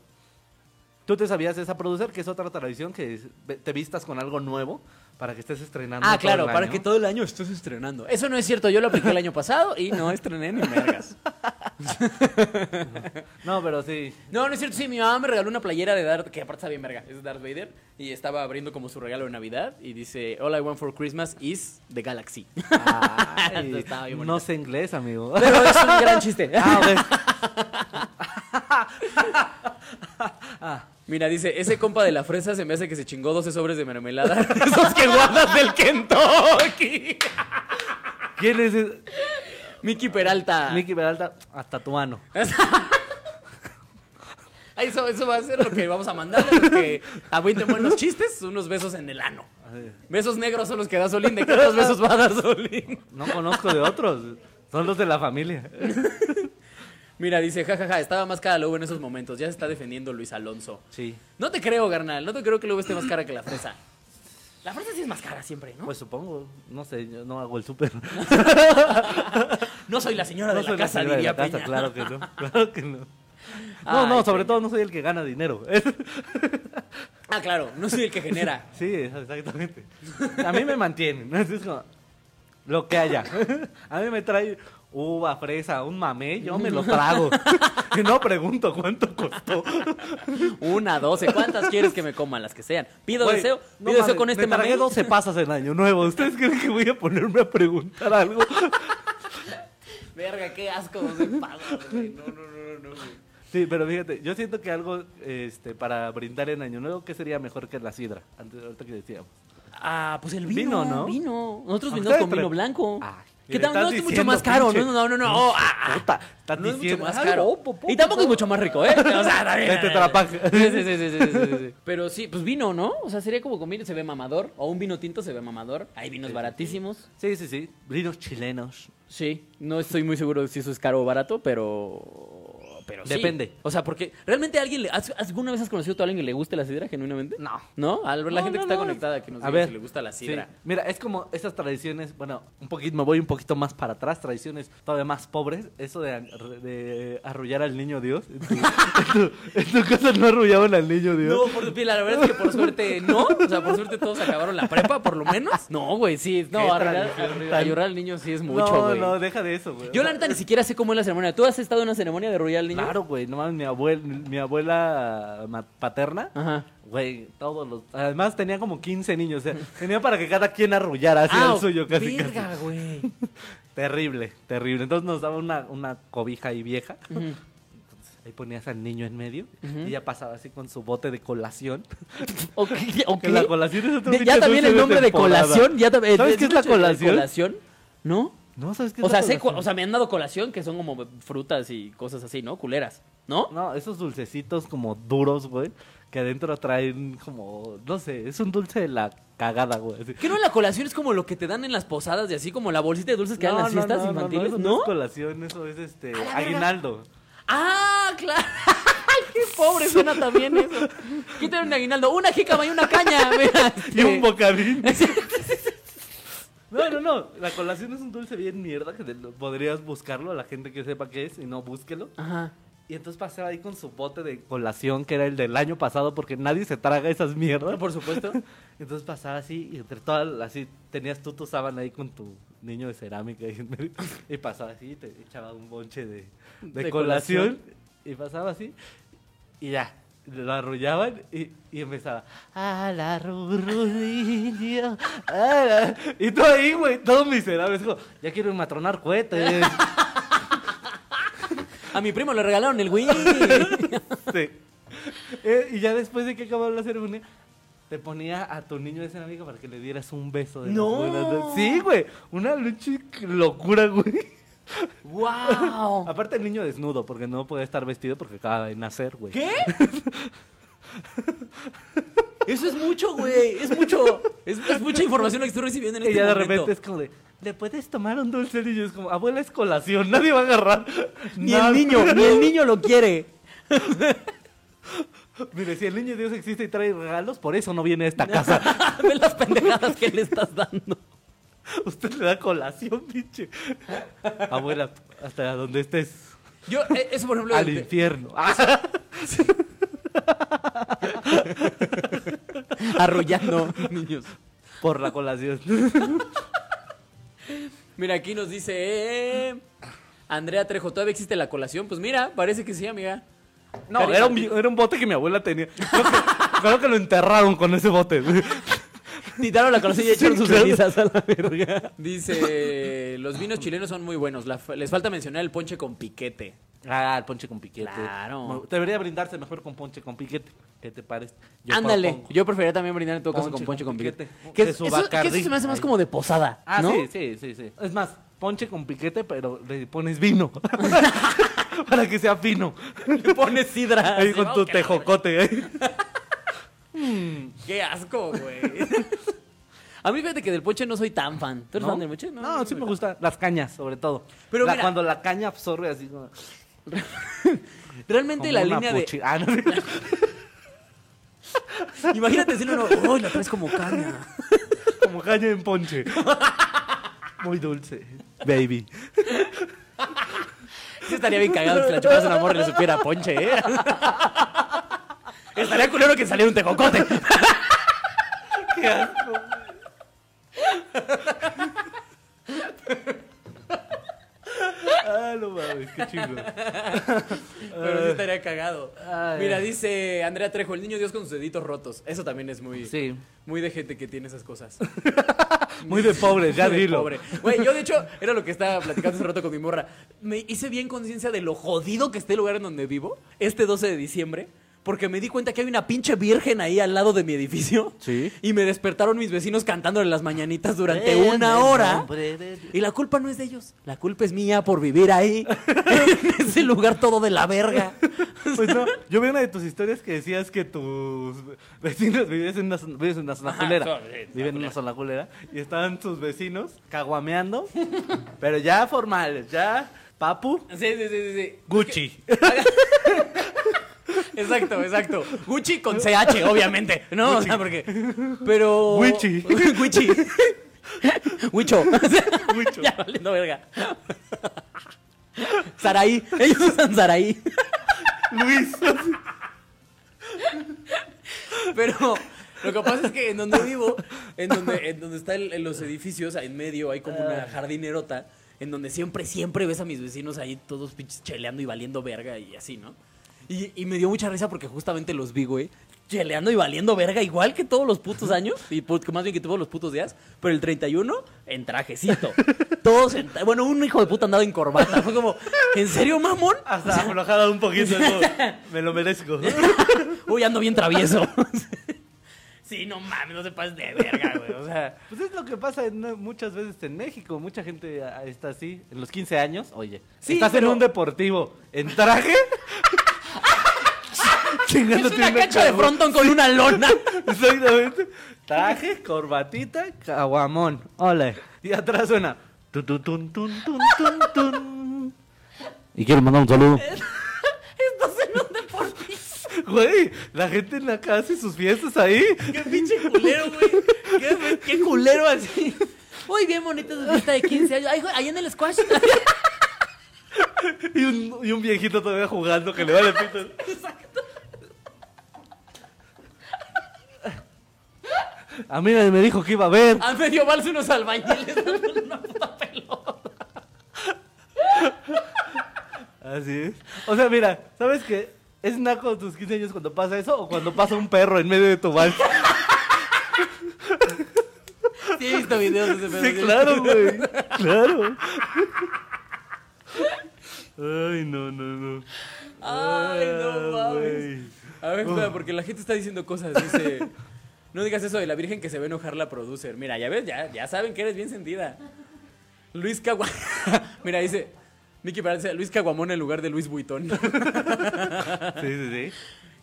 Tú te sabías esa producer que es otra tradición que es- ve- te vistas con algo nuevo para que estés estrenando. Ah, todo claro, el para año. que todo el año estés estrenando. Eso no es cierto, yo lo apliqué el año pasado y no estrené ni mergas. No, pero sí. No, no es cierto, sí, mi mamá me regaló una playera de Darth, que aparte está bien verga, es Darth Vader, y estaba abriendo como su regalo de Navidad y dice, All I want for Christmas is the galaxy. Ay, Eso estaba bien bonito. no sé inglés, amigo. Pero es un gran chiste. Ah, ok. Mira, dice, ese compa de la fresa se me hace que se chingó 12 sobres de mermelada. Esos que guardas del Kentucky. ¿Quién es ese? Miki Peralta. Nicky Peralta, hasta tu mano. Ah, Eso, eso va a ser lo que vamos a mandar, que aguinten buenos chistes, unos besos en el ano. Besos negros son los que da Solín. ¿De qué otros besos va a dar Solín? No conozco de otros. Son los de la familia. Mira, dice, jajaja, estaba más cara la uva en esos momentos. Ya se está defendiendo Luis Alonso. Sí. No te creo, carnal. No te creo que la uva esté más cara que la fresa. La fresa sí es más cara siempre, ¿no? Pues supongo, no sé, yo no hago el súper. no soy la señora No de la soy la casa, señora de diría la casa, Peña. claro que no, claro que no. No, Ay, no, sobre Peña. todo no soy el que gana dinero. Ah, claro, no soy el que genera. Sí, exactamente. A mí me mantienen, ¿no? es como lo que haya. A mí me trae uva, fresa, un mamé, yo me lo trago. Y no pregunto cuánto costó. Una, doce, ¿cuántas quieres que me coman? Las que sean. Pido Güey, deseo, pido no deseo mames, con este me tragué mamey. 12 pasas en año nuevo. ¿Ustedes creen que voy a ponerme a preguntar algo? Verga, qué asco, doce pasos, güey. No, no, no, no, no, güey. Sí, pero fíjate, yo siento que algo este, para brindar en año nuevo, ¿qué sería mejor que la sidra? Antes, ahorita que decíamos. Ah, pues el vino, Vino, ¿no? ¿no? Vino. Nosotros Ah, vinimos con ustedes vino tra- blanco. Ah, que le también estás no es mucho diciendo, más caro. pinche- No, no, no, no. Oh, ah, ah. Puta, estás No es mucho diciendo más algo, caro. po, po, Y tampoco es po. mucho más rico, ¿eh? O sea, también. Este trapac. Sí, sí, sí, sí, sí, sí, sí, sí. Pero sí, pues vino, ¿no? O sea, sería como comer se ve mamador. O un vino tinto se ve mamador. Hay vinos baratísimos. Sí, sí, sí. Vinos chilenos. Sí. No estoy muy seguro de si eso es caro o barato, pero. Pero sí. Depende. O sea, porque realmente alguien le, ¿has- ¿Alguna vez has conocido tú a alguien que le guste la sidra genuinamente? No. ¿No? A ver, la No, gente no, que está no. conectada que nos A diga ver. si le gusta la Sí. sidra. Mira, es como esas tradiciones, bueno, un poquito, me voy un poquito más para atrás, tradiciones todavía más pobres, eso de, ar- de arrullar al niño Dios. En tu, en tu- en tu casa no arrullaban al niño Dios. No, por, la verdad es que por suerte no. O sea, por suerte todos acabaron la prepa, por lo menos. No, güey, sí. No, Qué arreglar- tradición arreglar- tan- ayudar al niño sí es No, mucho, güey. no, deja de eso, güey. Yo la neta ni siquiera sé cómo es la ceremonia. ¿Tú has estado en una ceremonia de arrullar al niño? Claro, güey, no mames, mi abuela, mi abuela ma- paterna, Ajá. güey, todos los... Además tenía como 15 niños, o sea, tenía para que cada quien arrullara hacia el Au, suyo casi, casi. Ah, verga, güey. Terrible, terrible. Entonces nos daba una, una cobija ahí vieja. Ujú. Ahí ponías al niño en medio Ujú. y ya pasaba así con su bote de colación. Ok, ok. Que la colación es otro De- pinche ya también dulce el de nombre de temporada. colación. Ya eh, también, ¿Sabes qué es la dulce de colación? ¿No? No, ¿sabes qué? es O sea, la sé cu- colación? o sea, me han dado colación que son como frutas y cosas así, ¿no? Culeras, ¿no? No, esos dulcecitos como duros, güey, que adentro traen como, no sé, es un dulce de la cagada, güey. así. ¿Qué no la colación es como lo que te dan en las posadas y así como la bolsita de dulces que dan en las fiestas infantiles, eso ¿no? no es colación, eso es este aguinaldo. Ah, claro. Ay, qué pobre suena también eso. Quítale un aguinaldo, una jícama y una caña. mira, Y un este. bocadín. No, no, no. La colación es un dulce bien mierda que te lo- podrías buscarlo a la gente que sepa qué es y no búsquelo. Ajá. Y entonces pasaba ahí con su bote de colación, que era el del año pasado, porque nadie se traga esas mierdas. Por supuesto. Entonces pasaba así, y entre todas, las- así, tenías tú tu sábana ahí con tu niño de cerámica ahí en medio, y pasaba así, y te echaba un bonche de, de De colación, y pasaba así, y ya, lo arrullaban, y, y empezaba, a la rurudillo, a la-". y todo ahí, güey, todo miserable, es como, ya quiero matronar cohetes, A mi primo le regalaron el Wii. Sí. Este, Eh, y ya después de que acababa la ceremonia, te ponía a tu niño de cerámica para que le dieras un beso. De ¡No! las buenas noches. Sí, güey. Una lucha locura, güey. ¡Wow! Aparte el niño desnudo, porque no puede estar vestido porque acaba de nacer, güey. ¿Qué? Eso es mucho, güey. Es mucho. Es, es mucha información la que estoy recibiendo en Y este ya de momento. repente es como de, ¿le puedes tomar un dulce niño? Es como, abuela, es colación, nadie va a agarrar. Ni nada. el niño, ni el niño lo quiere. Mire, si el niño Dios existe y trae regalos, por eso no viene a esta casa. Ve las pendejadas que le estás dando. Usted le da colación, pinche. Abuela, hasta donde estés. Yo, eh, eso por ejemplo. Al de- infierno. arrullando niños. Por la colación. Mira, aquí nos dice eh, Andrea Trejo, ¿todavía existe la colación? Pues mira, parece que sí, amiga. No, Cariño, era un, era un bote que mi abuela tenía. Creo que, creo que lo enterraron con ese bote. Titaron la colación y echaron sus claro. cenizas a la verga. Dice, los vinos chilenos son muy buenos. la- les falta mencionar el ponche con piquete. Ah, el ponche con piquete. Claro. Me- Debería brindarse mejor con ponche con piquete. ¿Qué te parece? Yo Ándale, propongo. yo preferiría también brindar en todo caso con Ponche ponche con con piquete. piquete. Que De es- su eso, que Bacardí. eso se me hace más como de posada, Ah, ¿no? sí, sí, sí, sí. Es más, ponche con piquete, pero le pones vino. Para que sea fino. Le pones sidra. Ahí así, con vamos, que tu la verga. tejocote. ahí. Qué asco, güey. A mí fíjate que del ponche no soy tan fan. ¿Tú eres fan del ponche? No, no sí soy me tan- gustan las cañas, sobre todo. Pero La- mira- cuando la caña absorbe así como, Realmente como la una línea de, puchi- Ah, no. Imagínate decirle uno, uy, la traes como caña. Como caña en ponche. Muy dulce. Baby. Sí estaría bien cagado que la chuparas a una morra y le supiera ponche, ¿eh? Estaría culero que saliera un tejocote. Qué asco. Ah, no mames, qué chingo. Pero sí estaría cagado. Ay. Mira, dice Andrea Trejo, el niño Dios con sus deditos rotos. Eso también es muy, Sí. muy de gente que tiene esas cosas. Muy de pobre, ya Muy de dilo. pobre. Güey, yo de hecho, era lo que estaba platicando hace rato con mi morra. Me hice bien conciencia de lo jodido que está el lugar en donde vivo, este 12 de diciembre, porque me di cuenta que hay una pinche virgen ahí al lado de mi edificio. Sí. Y me despertaron mis vecinos cantándole las mañanitas durante En una el hora. nombre de- Y la culpa no es de ellos, la culpa es mía por vivir ahí, en ese lugar todo de la verga. Pues no, yo vi una de tus historias que decías que tus vecinos vives en una, zona- vives en una zona Ajá, culera. so- sí, zona Viven en una zona culera. Y estaban tus vecinos caguameando, pero ya formales, ya papu, Sí, sí, sí, sí, sí. Gucci. Es que- Exacto, exacto. Gucci con CH, obviamente. No, o sea, porque. Pero. Guichi. Guichi. Huicho. Ya valiendo verga. Saraí. Ellos usan Saraí. Luis. Pero lo que pasa es que en donde vivo, en donde, en donde están los edificios, ahí en medio hay como una jardinerota, en donde siempre, siempre ves a mis vecinos ahí todos pinches cheleando y valiendo verga y así, ¿no? Y, y me dio mucha risa porque justamente los vi, güey, cheleando y valiendo verga igual que todos los putos años, y pu- más bien que todos los putos días, pero el 31 en trajecito. Todos en... tra- Bueno, un hijo de puta andaba en corbata. Fue como, ¿en serio, mamón? Hasta aflojada un poquito. ¿no? Me lo merezco. Uy, ando bien travieso. sí, no mames, no se pases de verga, güey. O sea, Pues es lo que pasa en- muchas veces en México. Mucha gente ah, está así. En los 15 años, oye, Sí, estás pero- en un deportivo en traje. es chingándote una cacha de caguama. frontón con una lona. Exactamente. Traje, corbatita, caguamón. Ole. Y atrás suena. tu, tu, tun, tun, tun, tun, tun. Y quiero mandar un saludo. Estás en un deportista. Güey, la gente en la casa y sus fiestas ahí. Qué pinche culero, güey. Qué, qué culero así. Uy, bien bonita tu fiesta de 15 años. Ay, güey, ahí en el squash. Y un, y un viejito todavía jugando que le vale pito. A mí nadie me dijo que iba a ver. A medio vals unos albañiles dándole una puta pelota. Así es. O sea, mira, ¿sabes qué? ¿Es naco tus 15 años cuando pasa eso o cuando pasa un perro en medio de tu vals? Sí, he visto videos de ese pedo. Sí, claro, güey. Claro. Ay, no, no, no. Ay, no Ah, mames. güey. A ver, espera, porque la gente está diciendo cosas. Dice. No digas eso de la virgen que se ve enojar la producer. Mira, ya ves, ya, ya saben que eres bien sentida. Luis Caguamón. Mira, dice. Miki parece Luis Caguamón en lugar de Luis Buitón. Sí, sí, sí.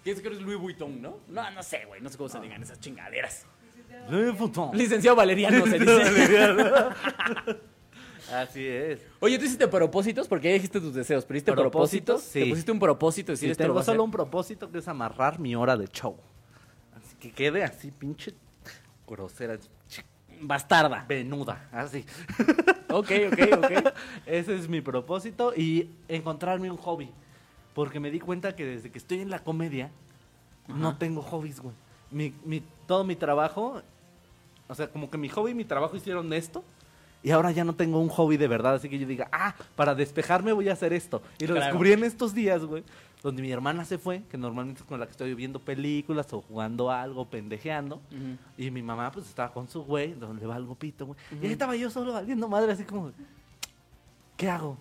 ¿Qué es que eres Luis Buitón, no? No, no sé, güey. No sé cómo se digan esas chingaderas. Luis Vuitton. Licenciado Valeriano se No, dice. Valeriano. Así es. Oye, tú hiciste propósitos porque ya dijiste tus deseos. ¿Pero hiciste ¿Propósitos? propósitos? ¿Te Sí. pusiste un propósito? y decir, Y esto lo tengo voy a solo hacer? un propósito que es amarrar mi hora de show. Así que quede así, pinche grosera, ch- Bastarda. venuda, así. Ok, ok, ok. Ese es mi propósito y encontrarme un hobby. Porque me di cuenta que desde que estoy en la comedia, no tengo hobbies, güey. Mi, mi- todo mi trabajo, o sea, como que mi hobby y mi trabajo hicieron esto. Y ahora ya no tengo un hobby de verdad, así que yo diga, ah, para despejarme voy a hacer esto. Y lo Claro. descubrí en estos días, güey, donde mi hermana se fue, que normalmente es con la que estoy viendo películas o jugando algo, pendejeando. Ujú. Y mi mamá, pues, estaba con su güey, donde va algo pito, güey. Y ahí estaba yo solo valiendo madre, así como, ¿qué hago?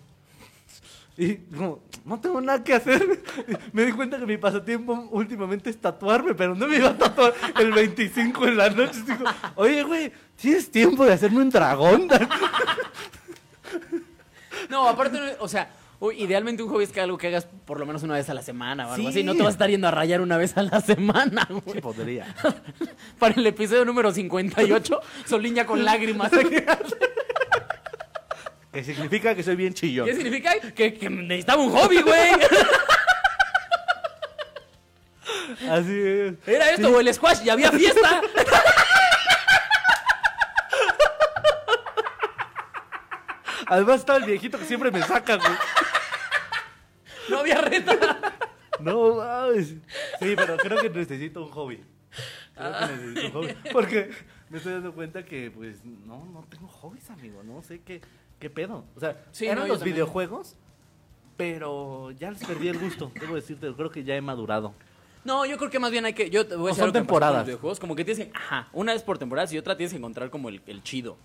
Y como, no tengo nada que hacer. Me di cuenta que mi pasatiempo últimamente es tatuarme, pero no me iba a tatuar el 25 en la noche. Digo, Oye, güey, ¿tienes tiempo de hacerme un dragón? No, aparte, no- o sea, uy, idealmente un hobby es que algo que hagas por lo menos una vez a la semana o algo Sí. así. No te vas a estar yendo a rayar una vez a la semana, güey. Sí, pues. podría. Para el episodio número 58, Solín ya con lágrimas. Que significa que soy bien chillón. ¿Qué significa? Que, que necesitaba un hobby, güey. Así es. Era esto, o el squash, y había fiesta. Además estaba el viejito que siempre me saca, güey. No había reta. No, mames. Sí, pero creo que necesito un hobby. Creo que necesito un hobby. Ah. Porque me estoy dando cuenta que, pues, no, no tengo hobbies, amigo. No sé qué, qué pedo. O sea, Sí, eran no, yo los también. videojuegos, pero ya les perdí el gusto. Debo decirte, creo que ya he madurado. No, yo creo que más bien hay que. Yo te voy a O decir son algo que me pasó con temporadas. los videojuegos. Como que tienes que. Ajá, una vez por temporada y otra tienes que encontrar como el, el chido.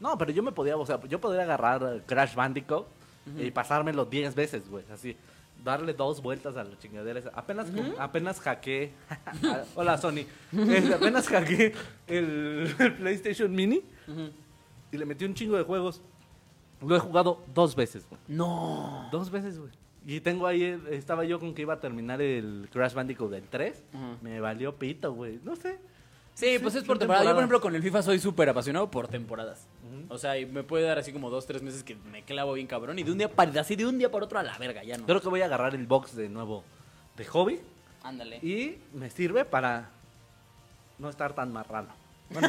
No, pero yo me podía, o sea, yo podría agarrar eh, Crash Bandicoot y pasármelo 10 veces, güey, así. Darle dos vueltas a la chingadera. esa. Apenas, com- apenas hackeé. Hola, Sony. Este, apenas hackeé el, el PlayStation Mini y le metí un chingo de juegos. Lo he jugado dos veces, güey. No. Dos veces, güey. Y tengo ahí, el- estaba yo con que iba a terminar el Crash Bandicoot del 3. Ujú. Me valió pito, güey. No sé. Sí, Sí, pues es son por temporada. Yo, por temporadas. ejemplo, con el FIFA soy súper apasionado por temporadas. O sea, y me puede dar así como dos, tres meses que me clavo bien cabrón. Y de un día para, así de un día para otro a la verga, ya no. Creo que voy a agarrar el box de nuevo. de hobby Ándale. y me sirve para no estar tan marrano. Bueno,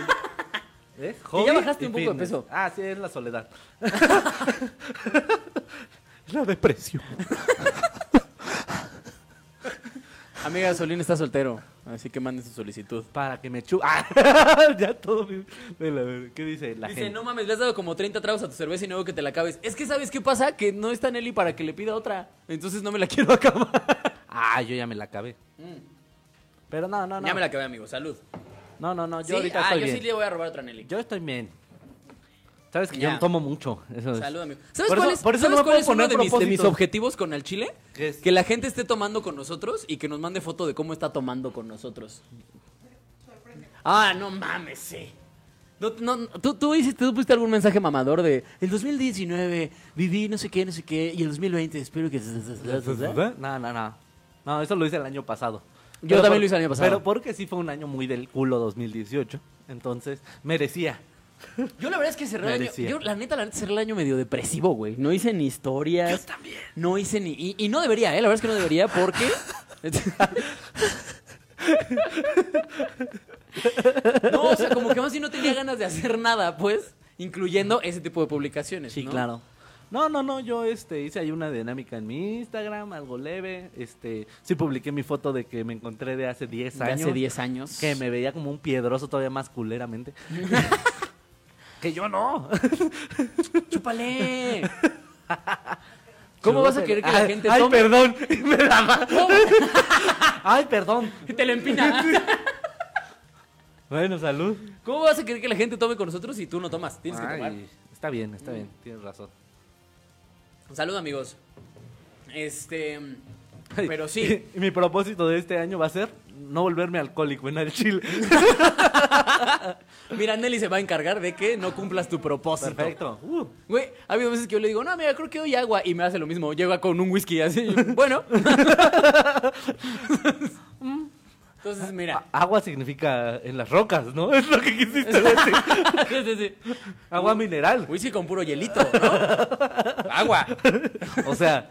¿ves? Hobby bajaste y un poco de fitness. peso. Ah, sí, es la soledad. la depresión. Amiga Solín está soltero, así que manden su solicitud. Para que me chu... Ah, ya todo... bien. De la ver- ¿Qué dice la Dice, gente? no mames, le has dado como 30 tragos a tu cerveza y no veo que te la acabes. Es que, ¿sabes qué pasa? Que no está Nelly para que le pida otra. Entonces no me la quiero acabar. Ah, yo ya me la acabé. Pero no, no, no. Mm. Ya me la acabé, amigo. Salud. No, no, no. Yo Sí, ahorita ah, estoy yo bien. sí le voy a robar otra a Nelly. Yo estoy bien. Sabes que Ya. yo tomo mucho. Eso es. Salud, amigo. ¿Sabes Por cuál eso- es, por eso ¿sabes no me cuál puedo es uno poner de mis, de mis propósitos. objetivos con el chile? ¿Qué es? Que la gente esté tomando con nosotros y que nos mande foto de cómo está tomando con nosotros. Ah, no mames, sí. No, no, no, tú, tú hiciste, tú pusiste algún mensaje mamador de el 2019 viví no sé qué, no sé qué, y el 2020 espero que... Pues, No, no, no. No, eso lo hice el año pasado. Yo también lo hice el año pasado. Pero porque sí fue un año muy del culo 2018. Entonces, merecía. Yo la verdad es que cerré el año. Merecía. Yo, la neta, la neta, cerré el año medio depresivo, güey. No hice ni historias. Yo también. No hice ni. Y, y no debería, ¿eh? La verdad es que no debería porque. no, o sea, como que más bien no tenía ganas de hacer nada, pues. Incluyendo ese tipo de publicaciones. ¿no? No, no, no, yo este, hice ahí una dinámica en mi Instagram, algo leve. Este, sí publiqué mi foto de que me encontré de hace 10 De años. hace 10 años. Que me veía como un piedroso todavía más culeramente. que yo no. ¡Chúpale! ¿Cómo vas a querer que la Ay, gente Ah, ay, tome? perdón. Me da mal. Ay, perdón. Te lo empina. Bueno, salud. ¿Cómo vas a querer que la gente tome con nosotros si tú no tomas? Tienes que Ay, tomar. Está bien, Mm. está bien, tienes razón. Salud, amigos. Este. Pero sí. Y mi propósito de este año va a ser no volverme alcohólico en el chile. Mira, Nelly se va a encargar de que no cumplas tu propósito. Perfecto. Uh, Güey, ha habido veces que yo le digo, no, mira, creo que doy agua. Y me hace lo mismo. Llega con un whisky así. Bueno. Entonces, mira. agua significa en las rocas, ¿no? Es lo que quisiste decir. Sí, sí, sí. Uh. Agua mineral. Whisky con puro hielito, ¿no? Agua. O sea,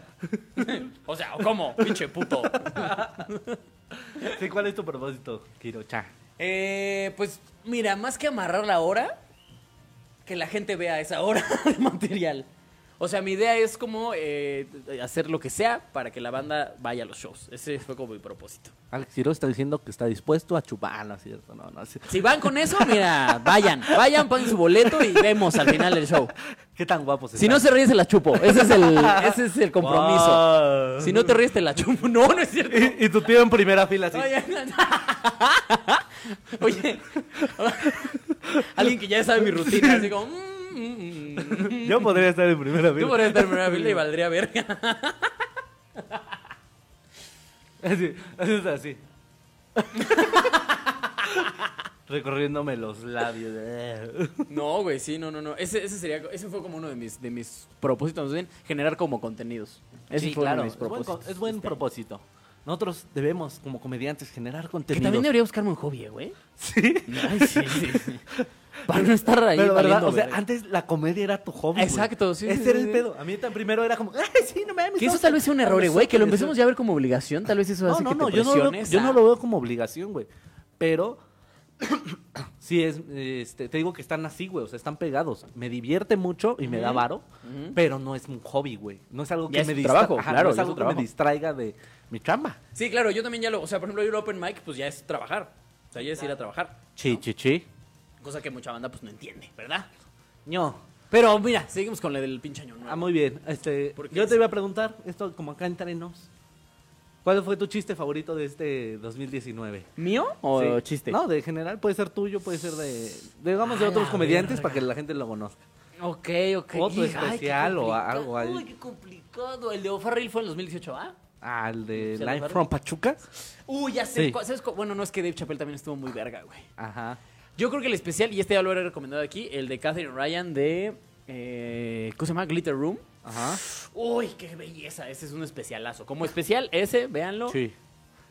O sea, ¿cómo? Pinche puto. sí, ¿cuál es tu propósito, Kirocha? Eh, pues, mira, más que amarrar la hora, que la gente vea esa hora de material. O sea, mi idea es como eh, hacer lo que sea para que la banda vaya a los shows. Ese fue como mi propósito. Alex Quiroz está diciendo que está dispuesto a chupar, Ah, no es cierto, no, no es cierto. Si van con eso, mira, vayan, vayan, paguen su boleto y vemos al final del show. Qué tan guapo se Si no se ríe, se la chupo. Ese es el, ese es el compromiso. Si no te ríes, te la chupo. No, no es cierto. Y, y tu tío en primera fila, así. Oye, Oye, alguien que ya sabe mi rutina, así como... mm, mm, mm. Yo podría estar en primera fila. Tú podrías estar en primera fila y valdría verga. Así, así, es así. Recorriéndome los labios. No, güey, sí, no, no, no. Ese, ese sería, ese fue como uno de mis, de mis propósitos, más bien, generar como contenidos. Ese fue uno de mis es buen, propósitos. co- es buen propósito. Nosotros debemos, como comediantes, generar Que contenido. también debería buscarme un hobby, güey. Sí. Ay, sí, sí. Para no estar ahí Pero, ¿verdad? valiendo O sea, verga. antes la comedia era tu hobby. güey. Exacto, sí, sí, Ese era sí, el sí. pedo. A mí tan primero era como, ¡ay, sí, no mames! Que eso vamos tal a- vez sea un a error, eh, güey. Que lo nosotros". empecemos ya a ver como obligación. Tal vez eso No, hace no, que no. te Yo no, lo, presiones yo a- no lo veo como obligación, güey. Pero. Sí, es, este, te digo que están así, güey, o sea, están pegados. Me divierte mucho y me da varo, pero no es un hobby, güey. No es algo Ya que es me tu distra- trabajo, Ajá, claro, no es ya es algo tu que me trabajo. distraiga de mi chamba. Sí, claro, yo también ya lo... O sea, por ejemplo, el open mic, pues ya es trabajar. O sea, ya es ir a trabajar. Chi, chi, chi. Cosa que mucha banda, pues, no entiende, ¿verdad? No. Pero mira, seguimos con la del pinche año nuevo. Ah, muy bien. Este, ¿Por qué yo es? te iba a preguntar, esto como acá entre nos. ¿Cuál fue tu chiste favorito de este 2019? ¿Mío o Sí. chiste? No, de general, puede ser tuyo, puede ser de, digamos, de A otros la comediantes verga. para que la gente lo conozca. Ok, ok. O tu ay, qué especial o a- algo complicado. ahí. Uy, qué complicado. El de O'Farrell fue en 2018, ¿ah? Ah, el de ¿Se lo Live guardo? from Pachuca. Uy, ya sé. Sí. cu- ¿sabes cu- Bueno, no, es que Dave Chappelle también estuvo muy verga, güey. Ajá. Yo creo que el especial, y este ya lo he recomendado aquí, el de Catherine Ryan de. Eh, ¿Cómo se llama? Glitter Room. Ajá. Uy, qué belleza. Ese es un especialazo. Como especial, ese, véanlo. Sí.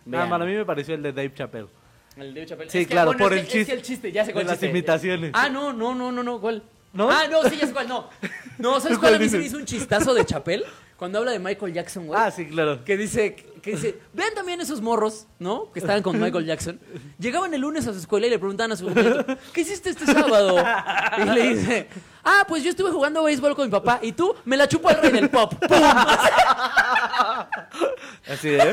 Vean. Ah, para mí me pareció el de Dave Chappelle. El de Dave Chappelle. Sí, Es que, claro, bueno, por es el que- es que chiste. el chiste, ya sé De cuál las chiste. imitaciones. Ah, no, no, no, no, no, ¿cuál? ¿No? Ah, no, sí, ya sé cuál, no. No, ¿sabes ¿Cuál cuál? A mí se me dices? hizo un chistazo de Chappelle cuando habla de Michael Jackson, güey. Ah, sí, claro. Que dice que dice, vean también esos morros, ¿no? Que estaban con Michael Jackson. Llegaban el lunes a su escuela y le preguntaban a su compañero, ¿qué hiciste este sábado? Y le dice, ah, pues yo estuve jugando béisbol con mi papá y tú me la chupo al rey del pop. ¡Pum! Así eh. es.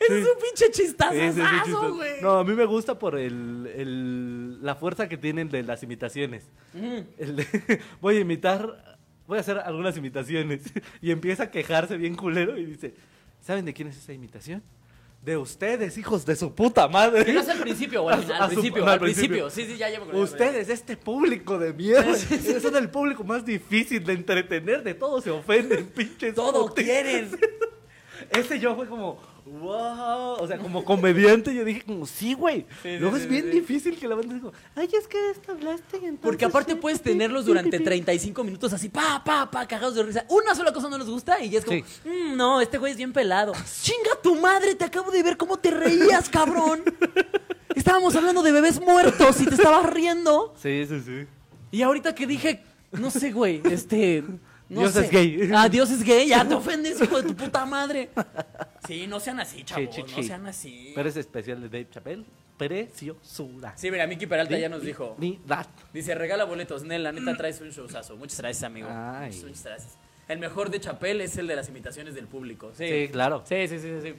Ese es un pinche chistazo, Sí, sí, sí, chistoso. güey. No, a mí me gusta por el, el- la fuerza que tienen de las imitaciones. Mm. El de- voy a imitar, voy a hacer algunas imitaciones. Y empieza a quejarse bien culero y dice, ¿saben de quién es esa imitación? De ustedes, hijos de su puta madre. Que no es al principio, güey. Al, A su- al principio, no, al principio. Sí, sí, ya llevo con Ustedes, este público de mierda, es el público más difícil de entretener, de todo se ofenden, pinches. Todo putis. quieren. Ese yo fue como, wow. O sea, como comediante, yo dije, como, sí, güey. Sí, sí, Luego sí, es bien sí. difícil que la banda diga, ay, es que de esto hablaste. entonces Porque aparte sí, puedes sí, tenerlos sí, durante sí, sí". 35 minutos así, pa, pa, pa, cagados de risa. Una sola cosa no les gusta y ya es como, Sí. Ah, "Mm, no, este güey es bien pelado. ¡Chinga tu madre! Te acabo de ver cómo te reías, cabrón. Estábamos hablando de bebés muertos y te estabas riendo. Sí, sí, sí. Y ahorita que dije, no sé, güey, este. No Dios sé. es gay. Ah, Dios es gay. Ya te ofendes, hijo de tu puta madre. Sí, no sean así, chavos. sí, No sí. sean así. Pero ese especial de Dave Chappelle, preciosura. Sí, mira, Miki Peralta ya nos dijo. Ni that. Dice, regala boletos, Nel, la neta traes un showzazo. Muchas gracias, amigo. Ay. Muchas, muchas gracias. El mejor de Chapel es el de las imitaciones del público. Sí, Sí, claro. Sí, sí, sí, sí. sí.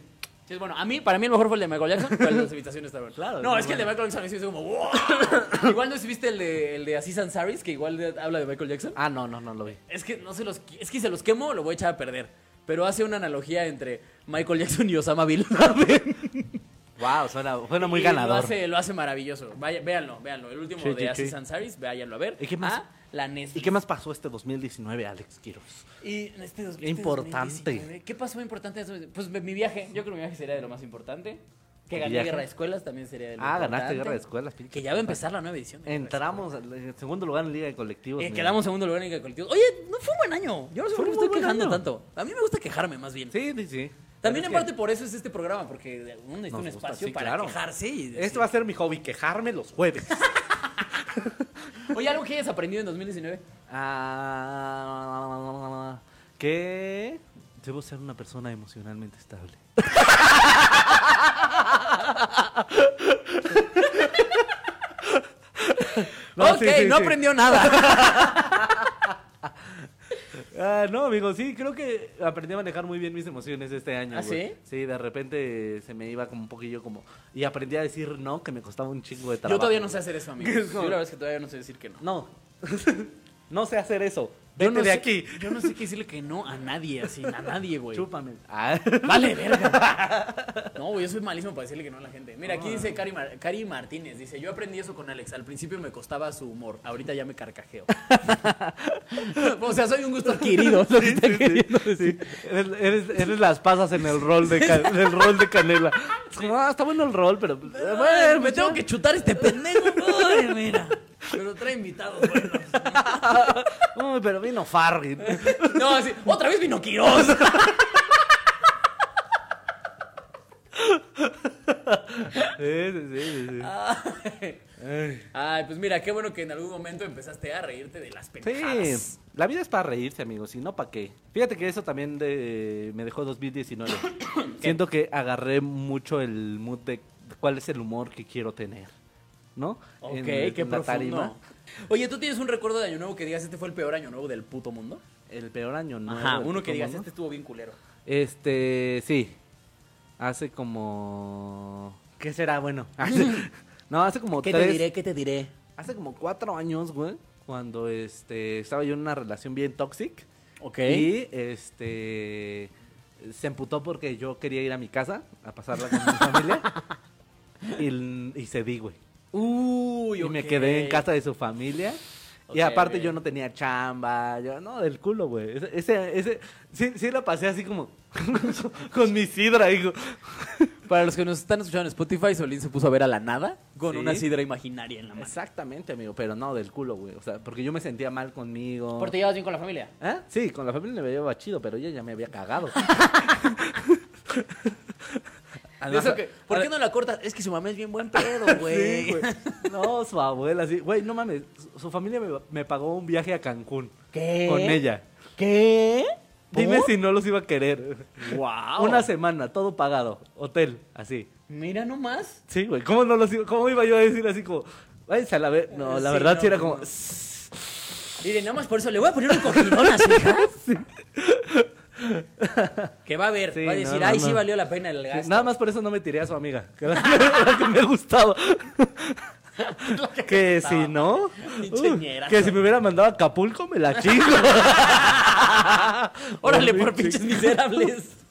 Sí, es bueno, a mí, para mí el mejor fue el de Michael Jackson, pero el de las imitaciones también. Claro, No, es es que el de bueno. Michael Jackson me hizo como... "Wow". igual no sé si viste el de, el de Aziz Ansari, que igual de- habla de Michael Jackson. Ah, no, no, no lo vi. Es que no se los... qui- Es que si se los quemo, lo voy a echar a perder. Pero hace una analogía entre Michael Jackson y Osama Bin Laden. Wow, suena, suena muy Y Lo ganador. hace, lo hace maravilloso. Vaya, véanlo, véanlo. El último Sí, de sí, Aziz sí. Ansari, váyanlo a ver. ¿Y qué más? A la Netflix. ¿Y qué más pasó este 2019, Alex Quiroz? Y este dos- Qué este importante. 2019, ¿Qué pasó importante? en este- Pues mi viaje, yo creo que mi viaje sería de lo más importante. Que ¿Tu gané viaje? Guerra de Escuelas también sería de lo Ah, importante. ganaste Guerra de Escuelas, pinche. Que ya va a empezar la nueva edición. de Guerra de Entramos al- en segundo lugar en Liga de Colectivos. Escuelas. Eh, mira. quedamos segundo lugar en el colectivo. Oye, no fue un buen año. Yo no sé Fue por qué me un estoy buen quejando año. tanto. A mí me gusta quejarme más bien. Sí, sí, sí. Pero También es en que parte por eso es este programa, porque de- uno necesita un nos gusta, espacio sí, para claro. quejarse. Y decir- Este va a ser mi hobby, quejarme los jueves. Oye, algo que hayas aprendido en 2019. Ah, que debo ser una persona emocionalmente estable. No, ok, sí, sí, no sí. aprendió nada. Ah, no, amigo, sí, creo que aprendí a manejar muy bien mis emociones este año. ¿Ah, güey. sí? Sí, de repente se me iba como un poquillo como... Y aprendí a decir no, que me costaba un chingo de trabajo. Yo todavía no sé güey. hacer eso, amigo. Yo la verdad es que todavía no sé decir que no. No, no sé hacer eso. Yo Vete no de sé- aquí. Yo no sé qué decirle que no a nadie, así, a nadie, güey. Chúpame. Ah. Vale, verga. No, güey, yo soy malísimo para decirle que no a la gente. Mira, aquí dice Cari, Mar- Cari Martínez, dice, yo aprendí eso con Alex. Al principio me costaba su humor, ahorita ya me carcajeo. o sea, soy un gusto adquirido. es lo que Sí, está sí, sí, queriendo sí. decir. Eres, eres- eres las pasas en el rol de, ca- del rol de canela. Es como, ah, está bueno el rol, pero. Ay, Bueno, me tengo que chutar este pendejo. Ah, Ay, mira. Pero trae invitados buenos. Uy, pero vino Farri. No, así, otra vez vino Quiroz. Sí, sí, sí, sí. Ay, pues mira, qué bueno que en algún momento empezaste a reírte de las pendejadas. Sí. La vida es para reírse, amigos, si no, ¿para qué? Fíjate que eso también de- me dejó 2019. Siento que agarré mucho el mood de cuál es el humor que quiero tener, ¿no? Ok, En- qué en la profundo. tarima. Oye, ¿tú tienes un recuerdo de Año Nuevo que digas este fue el peor Año Nuevo del puto mundo? El peor año, ¿no? Ajá, uno que digas este estuvo bien culero. Este, sí. Hace como... ¿Qué será bueno? Hace- no, hace como tres... ¿Qué te diré? Hace como cuatro años, güey, cuando este, estaba yo en una relación bien tóxica. Ok. Y este... Se emputó porque yo quería ir a mi casa a pasarla con mi familia. Y, y cedí, güey. Uy, Y ok. me quedé en casa de su familia. Ok, y aparte ok. yo no tenía chamba, yo, no, del culo, güey. Ese, ese, ese- sí, sí la pasé así como con mi sidra, hijo. Para los que nos están escuchando en Spotify, Solín se puso a ver a la nada con Sí. una sidra imaginaria en la mano. Exactamente, amigo, pero no, del culo, güey. O sea, porque yo me sentía mal conmigo. ¿Por te llevas bien con la familia? ¿Ah? Sí, con la familia me llevaba chido, pero ella ya me había cagado. Además, Eso que- ¿Por qué no la cortas? Es que su mamá es bien buen pedo, güey. Sí, güey. No, su abuela, sí. Güey, no mames, su- su familia me, me pagó un viaje a Cancún ¿Qué? con ella. ¿Qué? Dime si no los iba a querer. ¡Wow! Una semana, todo pagado. Hotel, así. Mira nomás. Sí, güey. ¿Cómo no los iba, cómo iba yo a decir así como, váyanse a la ver? No, la Eh, Sí, verdad no, sí era como, no. Mire, nada más por eso le voy a poner un cogidón a su hija. Que va a ver, Sí, va a no, decir, no, ay, no. sí valió la pena el gasto. Sí, Nada más por eso no me tiré a su amiga. Que era la que me gustaba. que si no. Pinche uh, ñerazo. que si me hubiera mandado a Acapulco, me la chingo. Órale, Por por pinche- pinches miserables.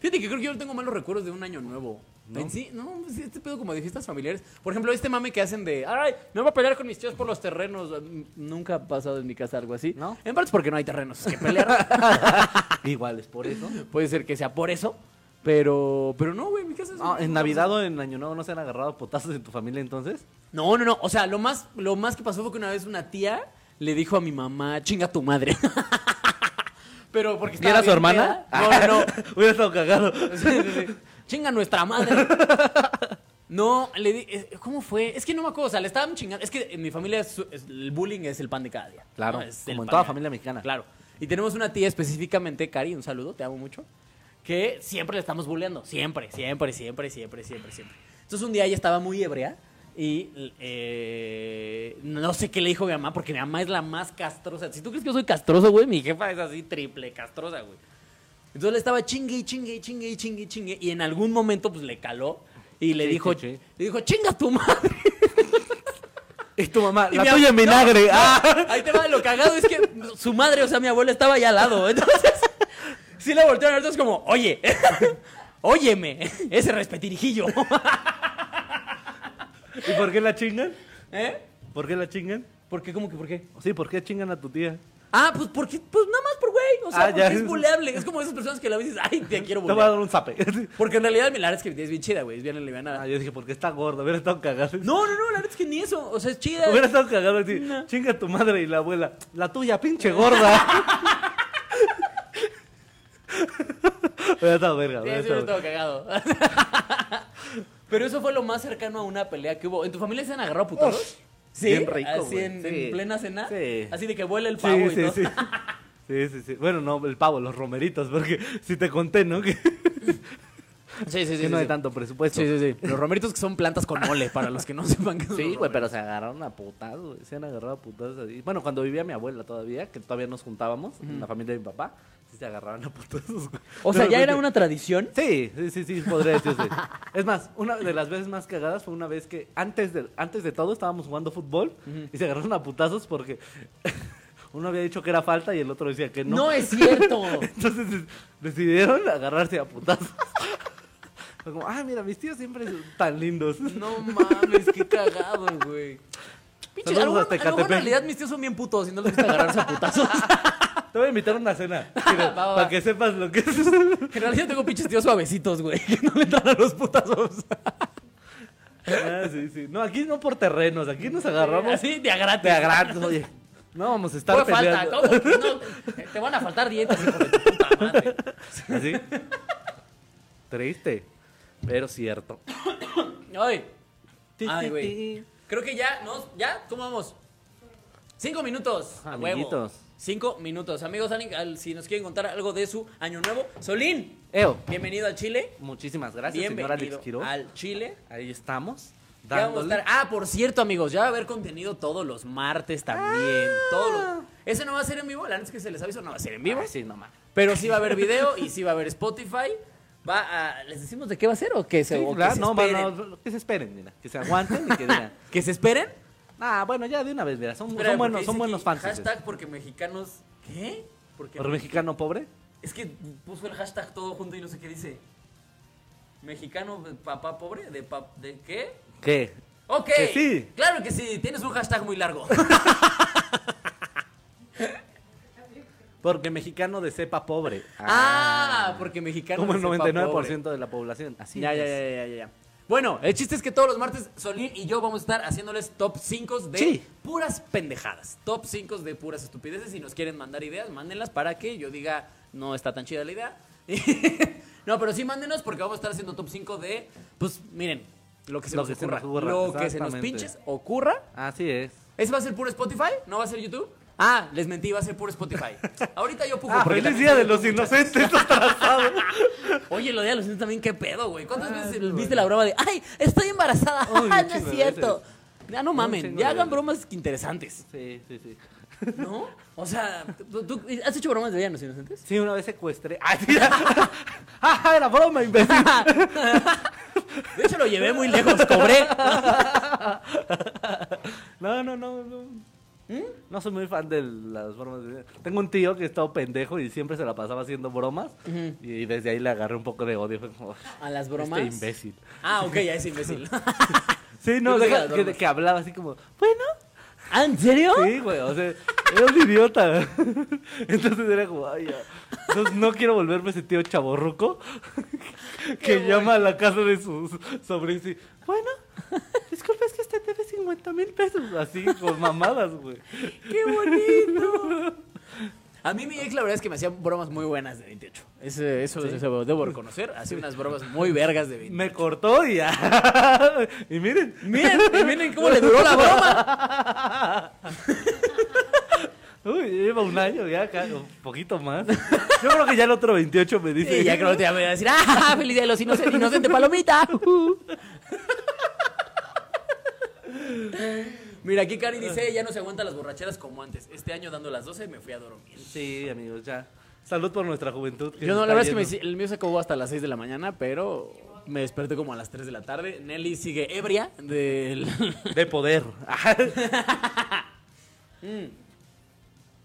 Fíjate que creo que yo no tengo malos recuerdos de un año nuevo. En sí, no, pues, este pedo como de fiestas familiares. Por ejemplo, este mame que hacen de, ay, me voy a pelear con mis tíos por los terrenos. Mm, Nunca ha pasado en mi casa algo así. ¿No? En parte es porque no hay terrenos que pelear. Igual es por eso. Puede ser que sea por eso, pero, pero no, güey, en mi casa es... Ah, en Navidad o en Año Nuevo no se han agarrado potazos en tu familia entonces. No, no, no. O sea, lo más, lo más que pasó fue que una vez una tía le dijo a mi mamá, chinga tu madre. Pero porque ¿Y estaba era su bien hermana? peda. No, no, no. Hubiera estado cagado. Sí, sí, sí. Chinga nuestra madre. No, le di, eh, ¿cómo fue? Es que no me acuerdo, o sea, le estaban chingando. Es que en mi familia es- es- el bullying es el pan de cada día. Claro, ¿no? Es el como en pan toda de- familia mexicana. Claro. Y tenemos una tía específicamente, Cari, un saludo, te amo mucho, que siempre le estamos bulleando. Siempre, siempre, siempre, siempre, siempre, siempre. Entonces un día ella estaba muy ebria y eh, no sé qué le dijo mi mamá, porque mi mamá es la más castrosa. Si tú crees que yo soy castroso, güey, mi jefa es así triple castrosa, güey. Entonces le estaba chingue y chingue y chingue y chingue y chingue. Y en algún momento, pues le caló y le Sí, dijo, sí, sí. le dijo, chinga tu madre. Es tu mamá. Y La mi tuya en ab- vinagre. no, Ah. Ahí te va, lo cagado es que su madre, o sea, mi abuela estaba allá al lado. Entonces, sí la voltearon a ver, entonces como, oye, óyeme, ese respetirijillo. ¿Y por qué la chingan? ¿Eh? ¿Por qué la chingan? ¿Por qué? ¿Cómo que por qué? Sí, ¿por qué chingan a tu tía? Ah, pues porque, pues nada más por güey. O sea, Ah, porque ya. es buleable. Es como esas personas que la veces, ay, te quiero Te voy a bulear. dar un zape. Porque en realidad mi la verdad es que es bien chida, güey. Es bien Ah, alivianada. yo dije, porque está gorda, hubiera estado cagado. No, no, no, la verdad es que ni eso. O sea, es chida. Hubiera estado cagado así, No. chinga tu madre y la abuela, la tuya, pinche gorda. hubiera estado verga, Sí, hubiera sí, yo estado verga. estaba cagado. Pero eso fue lo más cercano a una pelea que hubo. ¿En tu familia se han agarrado putados? Sí, bien rico, así güey. en, Sí. en plena cena. Sí. Así de que vuela el pavo sí, y todo. sí, sí. Sí, sí, sí. Bueno, no, el pavo, los romeritos, porque si te conté, ¿no? Que, sí, sí, que no hay tanto presupuesto. Sí, sí, sí. Los romeritos que son plantas con mole, para los que no sepan qué son. Sí, los güey, romeritos. pero se agarraron a putadas, güey. Se han agarrado a putadas. ahí. Bueno, cuando vivía mi abuela todavía, que todavía nos juntábamos, en la familia de mi papá, sí se agarraban a putadas, güey. O sea, De ya era repente- una tradición. Sí, sí, sí, sí, podría decirse. es más, una de las veces más cagadas fue una vez que antes de, antes de todo estábamos jugando fútbol y se agarraron a putazos porque uno había dicho que era falta y el otro decía que no. No, es cierto. Entonces des- decidieron agarrarse a putazos. Fue como, ah, mira, mis tíos siempre son tan lindos. no mames, qué cagado, güey. Pinche, a lo mejor- a Saludos hasta lo mejor en Ecatepec. realidad mis tíos son bien putos y no les gusta agarrarse a putazos. Te voy a invitar a una cena Va, va. para que sepas lo que es. En realidad tengo pinches tíos suavecitos, güey, que no le entran a los putazos. Ah, sí, sí. No, aquí no por terrenos, aquí nos agarramos. Así, de a gratis. Te agradas, oye. No vamos a estar Fue peleando. falta, ¿cómo que no? Te van a faltar dietas, hijo de tu puta madre. ¿Así? Triste, pero cierto. Ay, Ay, güey. creo que ya, ¿no? ¿Ya? ¿Cómo vamos? Cinco minutos. a huevo. Ah, Amiguitos. Cinco minutos. Amigos, alguien- al- si nos quieren contar algo de su año nuevo, Solín, Eo, bienvenido al Chile. muchísimas gracias, señor Alex bienvenido Quiroz. al Chile. Ahí estamos. Ya vamos a dándole. estar- Ah, por cierto, amigos, ya va a haber contenido todos los martes también. Todos los- Ese no va a ser en vivo, la neta es que se les avisó, no va a ser en vivo. Ah, sí, no mames. Pero sí va a haber video y sí va a haber Spotify. Va a- ¿Les decimos de qué va a ser o que se, Sí, o que claro, se no, esperen? no, no, que se esperen, mira. Que se aguanten y que digan. ¿Que se esperen? Ah, bueno, ya de una vez, mira. Son, son Espera, porque buenos, dice son buenos que fans. Hashtag porque mexicanos... ¿Qué? Porque ¿Por mexicano pobre? Es que puso el hashtag todo junto y no sé qué dice. ¿Mexicano papá pobre? ¿De, pa- de qué? ¿Qué? Ok. Que sí. Claro que sí, tienes un hashtag muy largo. Porque mexicano de cepa pobre. ah, porque mexicano... Como el de cepa 99% pobre. de la población. Así Ya, es. ya, ya, ya, ya, ya. Bueno, el chiste es que todos los martes Solín y yo vamos a estar haciéndoles top 5 de Sí. puras pendejadas. Top 5 de puras estupideces. Si nos quieren mandar ideas, mándenlas para que yo diga, no está tan chida la idea. no, pero sí mándenos porque vamos a estar haciendo top 5 de, pues miren, lo que se, Lo nos, que se ocurra, nos ocurra, Lo que se nos exactamente. pinches ocurra. Así es. ¿Ese va a ser puro Spotify? ¿No va a ser YouTube? Ah, les mentí, va a ser puro Spotify. Ahorita yo pujo. Ah, porque feliz la- día de los inocentes atrasado. Oye, lo de los niños también, qué pedo, güey. ¿Cuántas veces viste la broma de, ay, estoy embarazada? Uy, Ah, un no chingo es de cierto. veces. Ya no mamen, chingo ya de hagan veces. bromas interesantes, Sí, sí, sí. ¿no? O sea, ¿tú, tú has hecho bromas de día de los inocentes? Sí, una vez secuestré. ¡Ay, mira! ¡Ah, era broma, imbécil! De hecho, lo llevé muy lejos, cobré. No, no, no, no. ¿Mm? No soy muy fan de las bromas. de- Tengo un tío que estaba pendejo y siempre se la pasaba haciendo bromas. Y desde ahí le agarré un poco de odio. Fue como, A las bromas. Este imbécil. Ah, ok, ya es imbécil. Sí, no, Yo pensé que deja- las que, bromas. que hablaba así como, bueno. ¿Ah, en serio? Sí, güey, o sea, era un idiota. Entonces era como, ay, ya. Entonces no quiero volverme ese tío chaborruco que llama a la casa de sus sobrinos y, bueno, disculpe, es que usted debe 50 mil pesos. Así, con mamadas, güey. ¡Qué bonito! A mí mi ex la verdad es que me hacía bromas muy buenas de 28. Ese- eso eso debo reconocer. Hacía unas bromas muy vergas de 28. Me cortó y ya. y miren. Miren, y miren cómo le duró la broma. Uy, lleva un año ya, ca- un poquito más. Yo creo que ya el otro 28 me dice. Y ya creo que te voy a decir, ¡ah! ¡Feliz día de los inocentes, inocente palomita! Mira, aquí Cari dice, ya no se aguanta las borracheras como antes. Este año dando las 12 me fui a dormir. Sí, amigos, ya. Salud por nuestra juventud. Yo no, la verdad es que me sí. hice- el mío se acabó hasta las 6 de la mañana, pero me desperté como a las 3 de la tarde. Nelly sigue ebria del... De poder.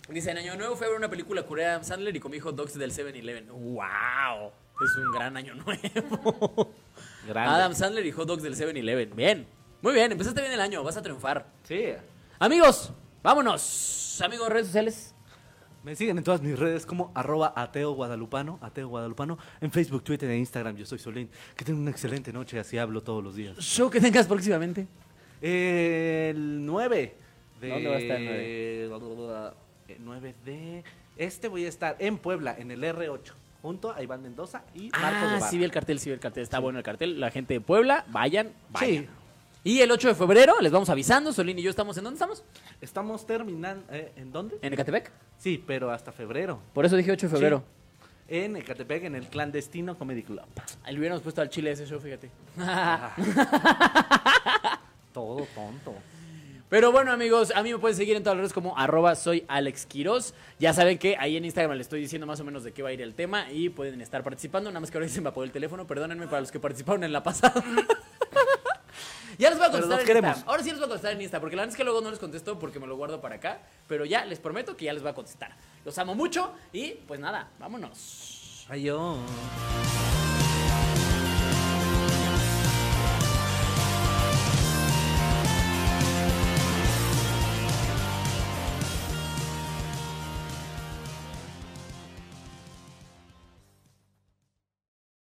Dice, en Año Nuevo fue a ver una película coreana de Adam Sandler y comí hot dogs del 7-Eleven. ¡Wow! Es un gran Año Nuevo. Adam Sandler y hot dogs del 7-Eleven. Bien. Muy bien, empezaste bien el año, vas a triunfar. Sí. Amigos, vámonos. Amigos, redes sociales. Me siguen en todas mis redes como arroba ateo guadalupano, ateo guadalupano, en Facebook, Twitter e Instagram. Yo soy Solín. Que tengan una excelente noche, así hablo todos los días. Show que tengas próximamente. El 9 de... ¿Dónde va a estar el El 9 de... Este voy a estar en Puebla, en el R8, junto a Iván Mendoza y Marco Ah, Guevara. sí vi el cartel, sí vi el cartel. Está bueno el cartel. La gente de Puebla, vayan, vayan. Sí. Y el 8 de febrero, les vamos avisando, Solín y yo estamos, ¿en dónde estamos? Estamos terminando... eh, ¿En dónde? En Ecatepec. Sí, pero hasta febrero. Por eso dije 8 de febrero. Sí. En Ecatepec, en el Clandestino Comedy Club. Ahí Le hubiéramos puesto al chile ese show, fíjate. Todo tonto. Pero bueno, amigos, a mí me pueden seguir en todas las redes como arroba soy Alex Quiroz. Ya saben que ahí en Instagram les estoy diciendo más o menos de qué va a ir el tema y pueden estar participando. Nada más que ahora se me apagó el teléfono. Perdónenme para los que participaron en la pasada. ya les voy a Pero contestar los en queremos. Insta. Ahora sí les voy a contestar en Insta, porque la verdad es que luego no les contesto porque me lo guardo para acá. Pero ya les prometo que ya les voy a contestar. Los amo mucho y pues nada, vámonos. Adiós.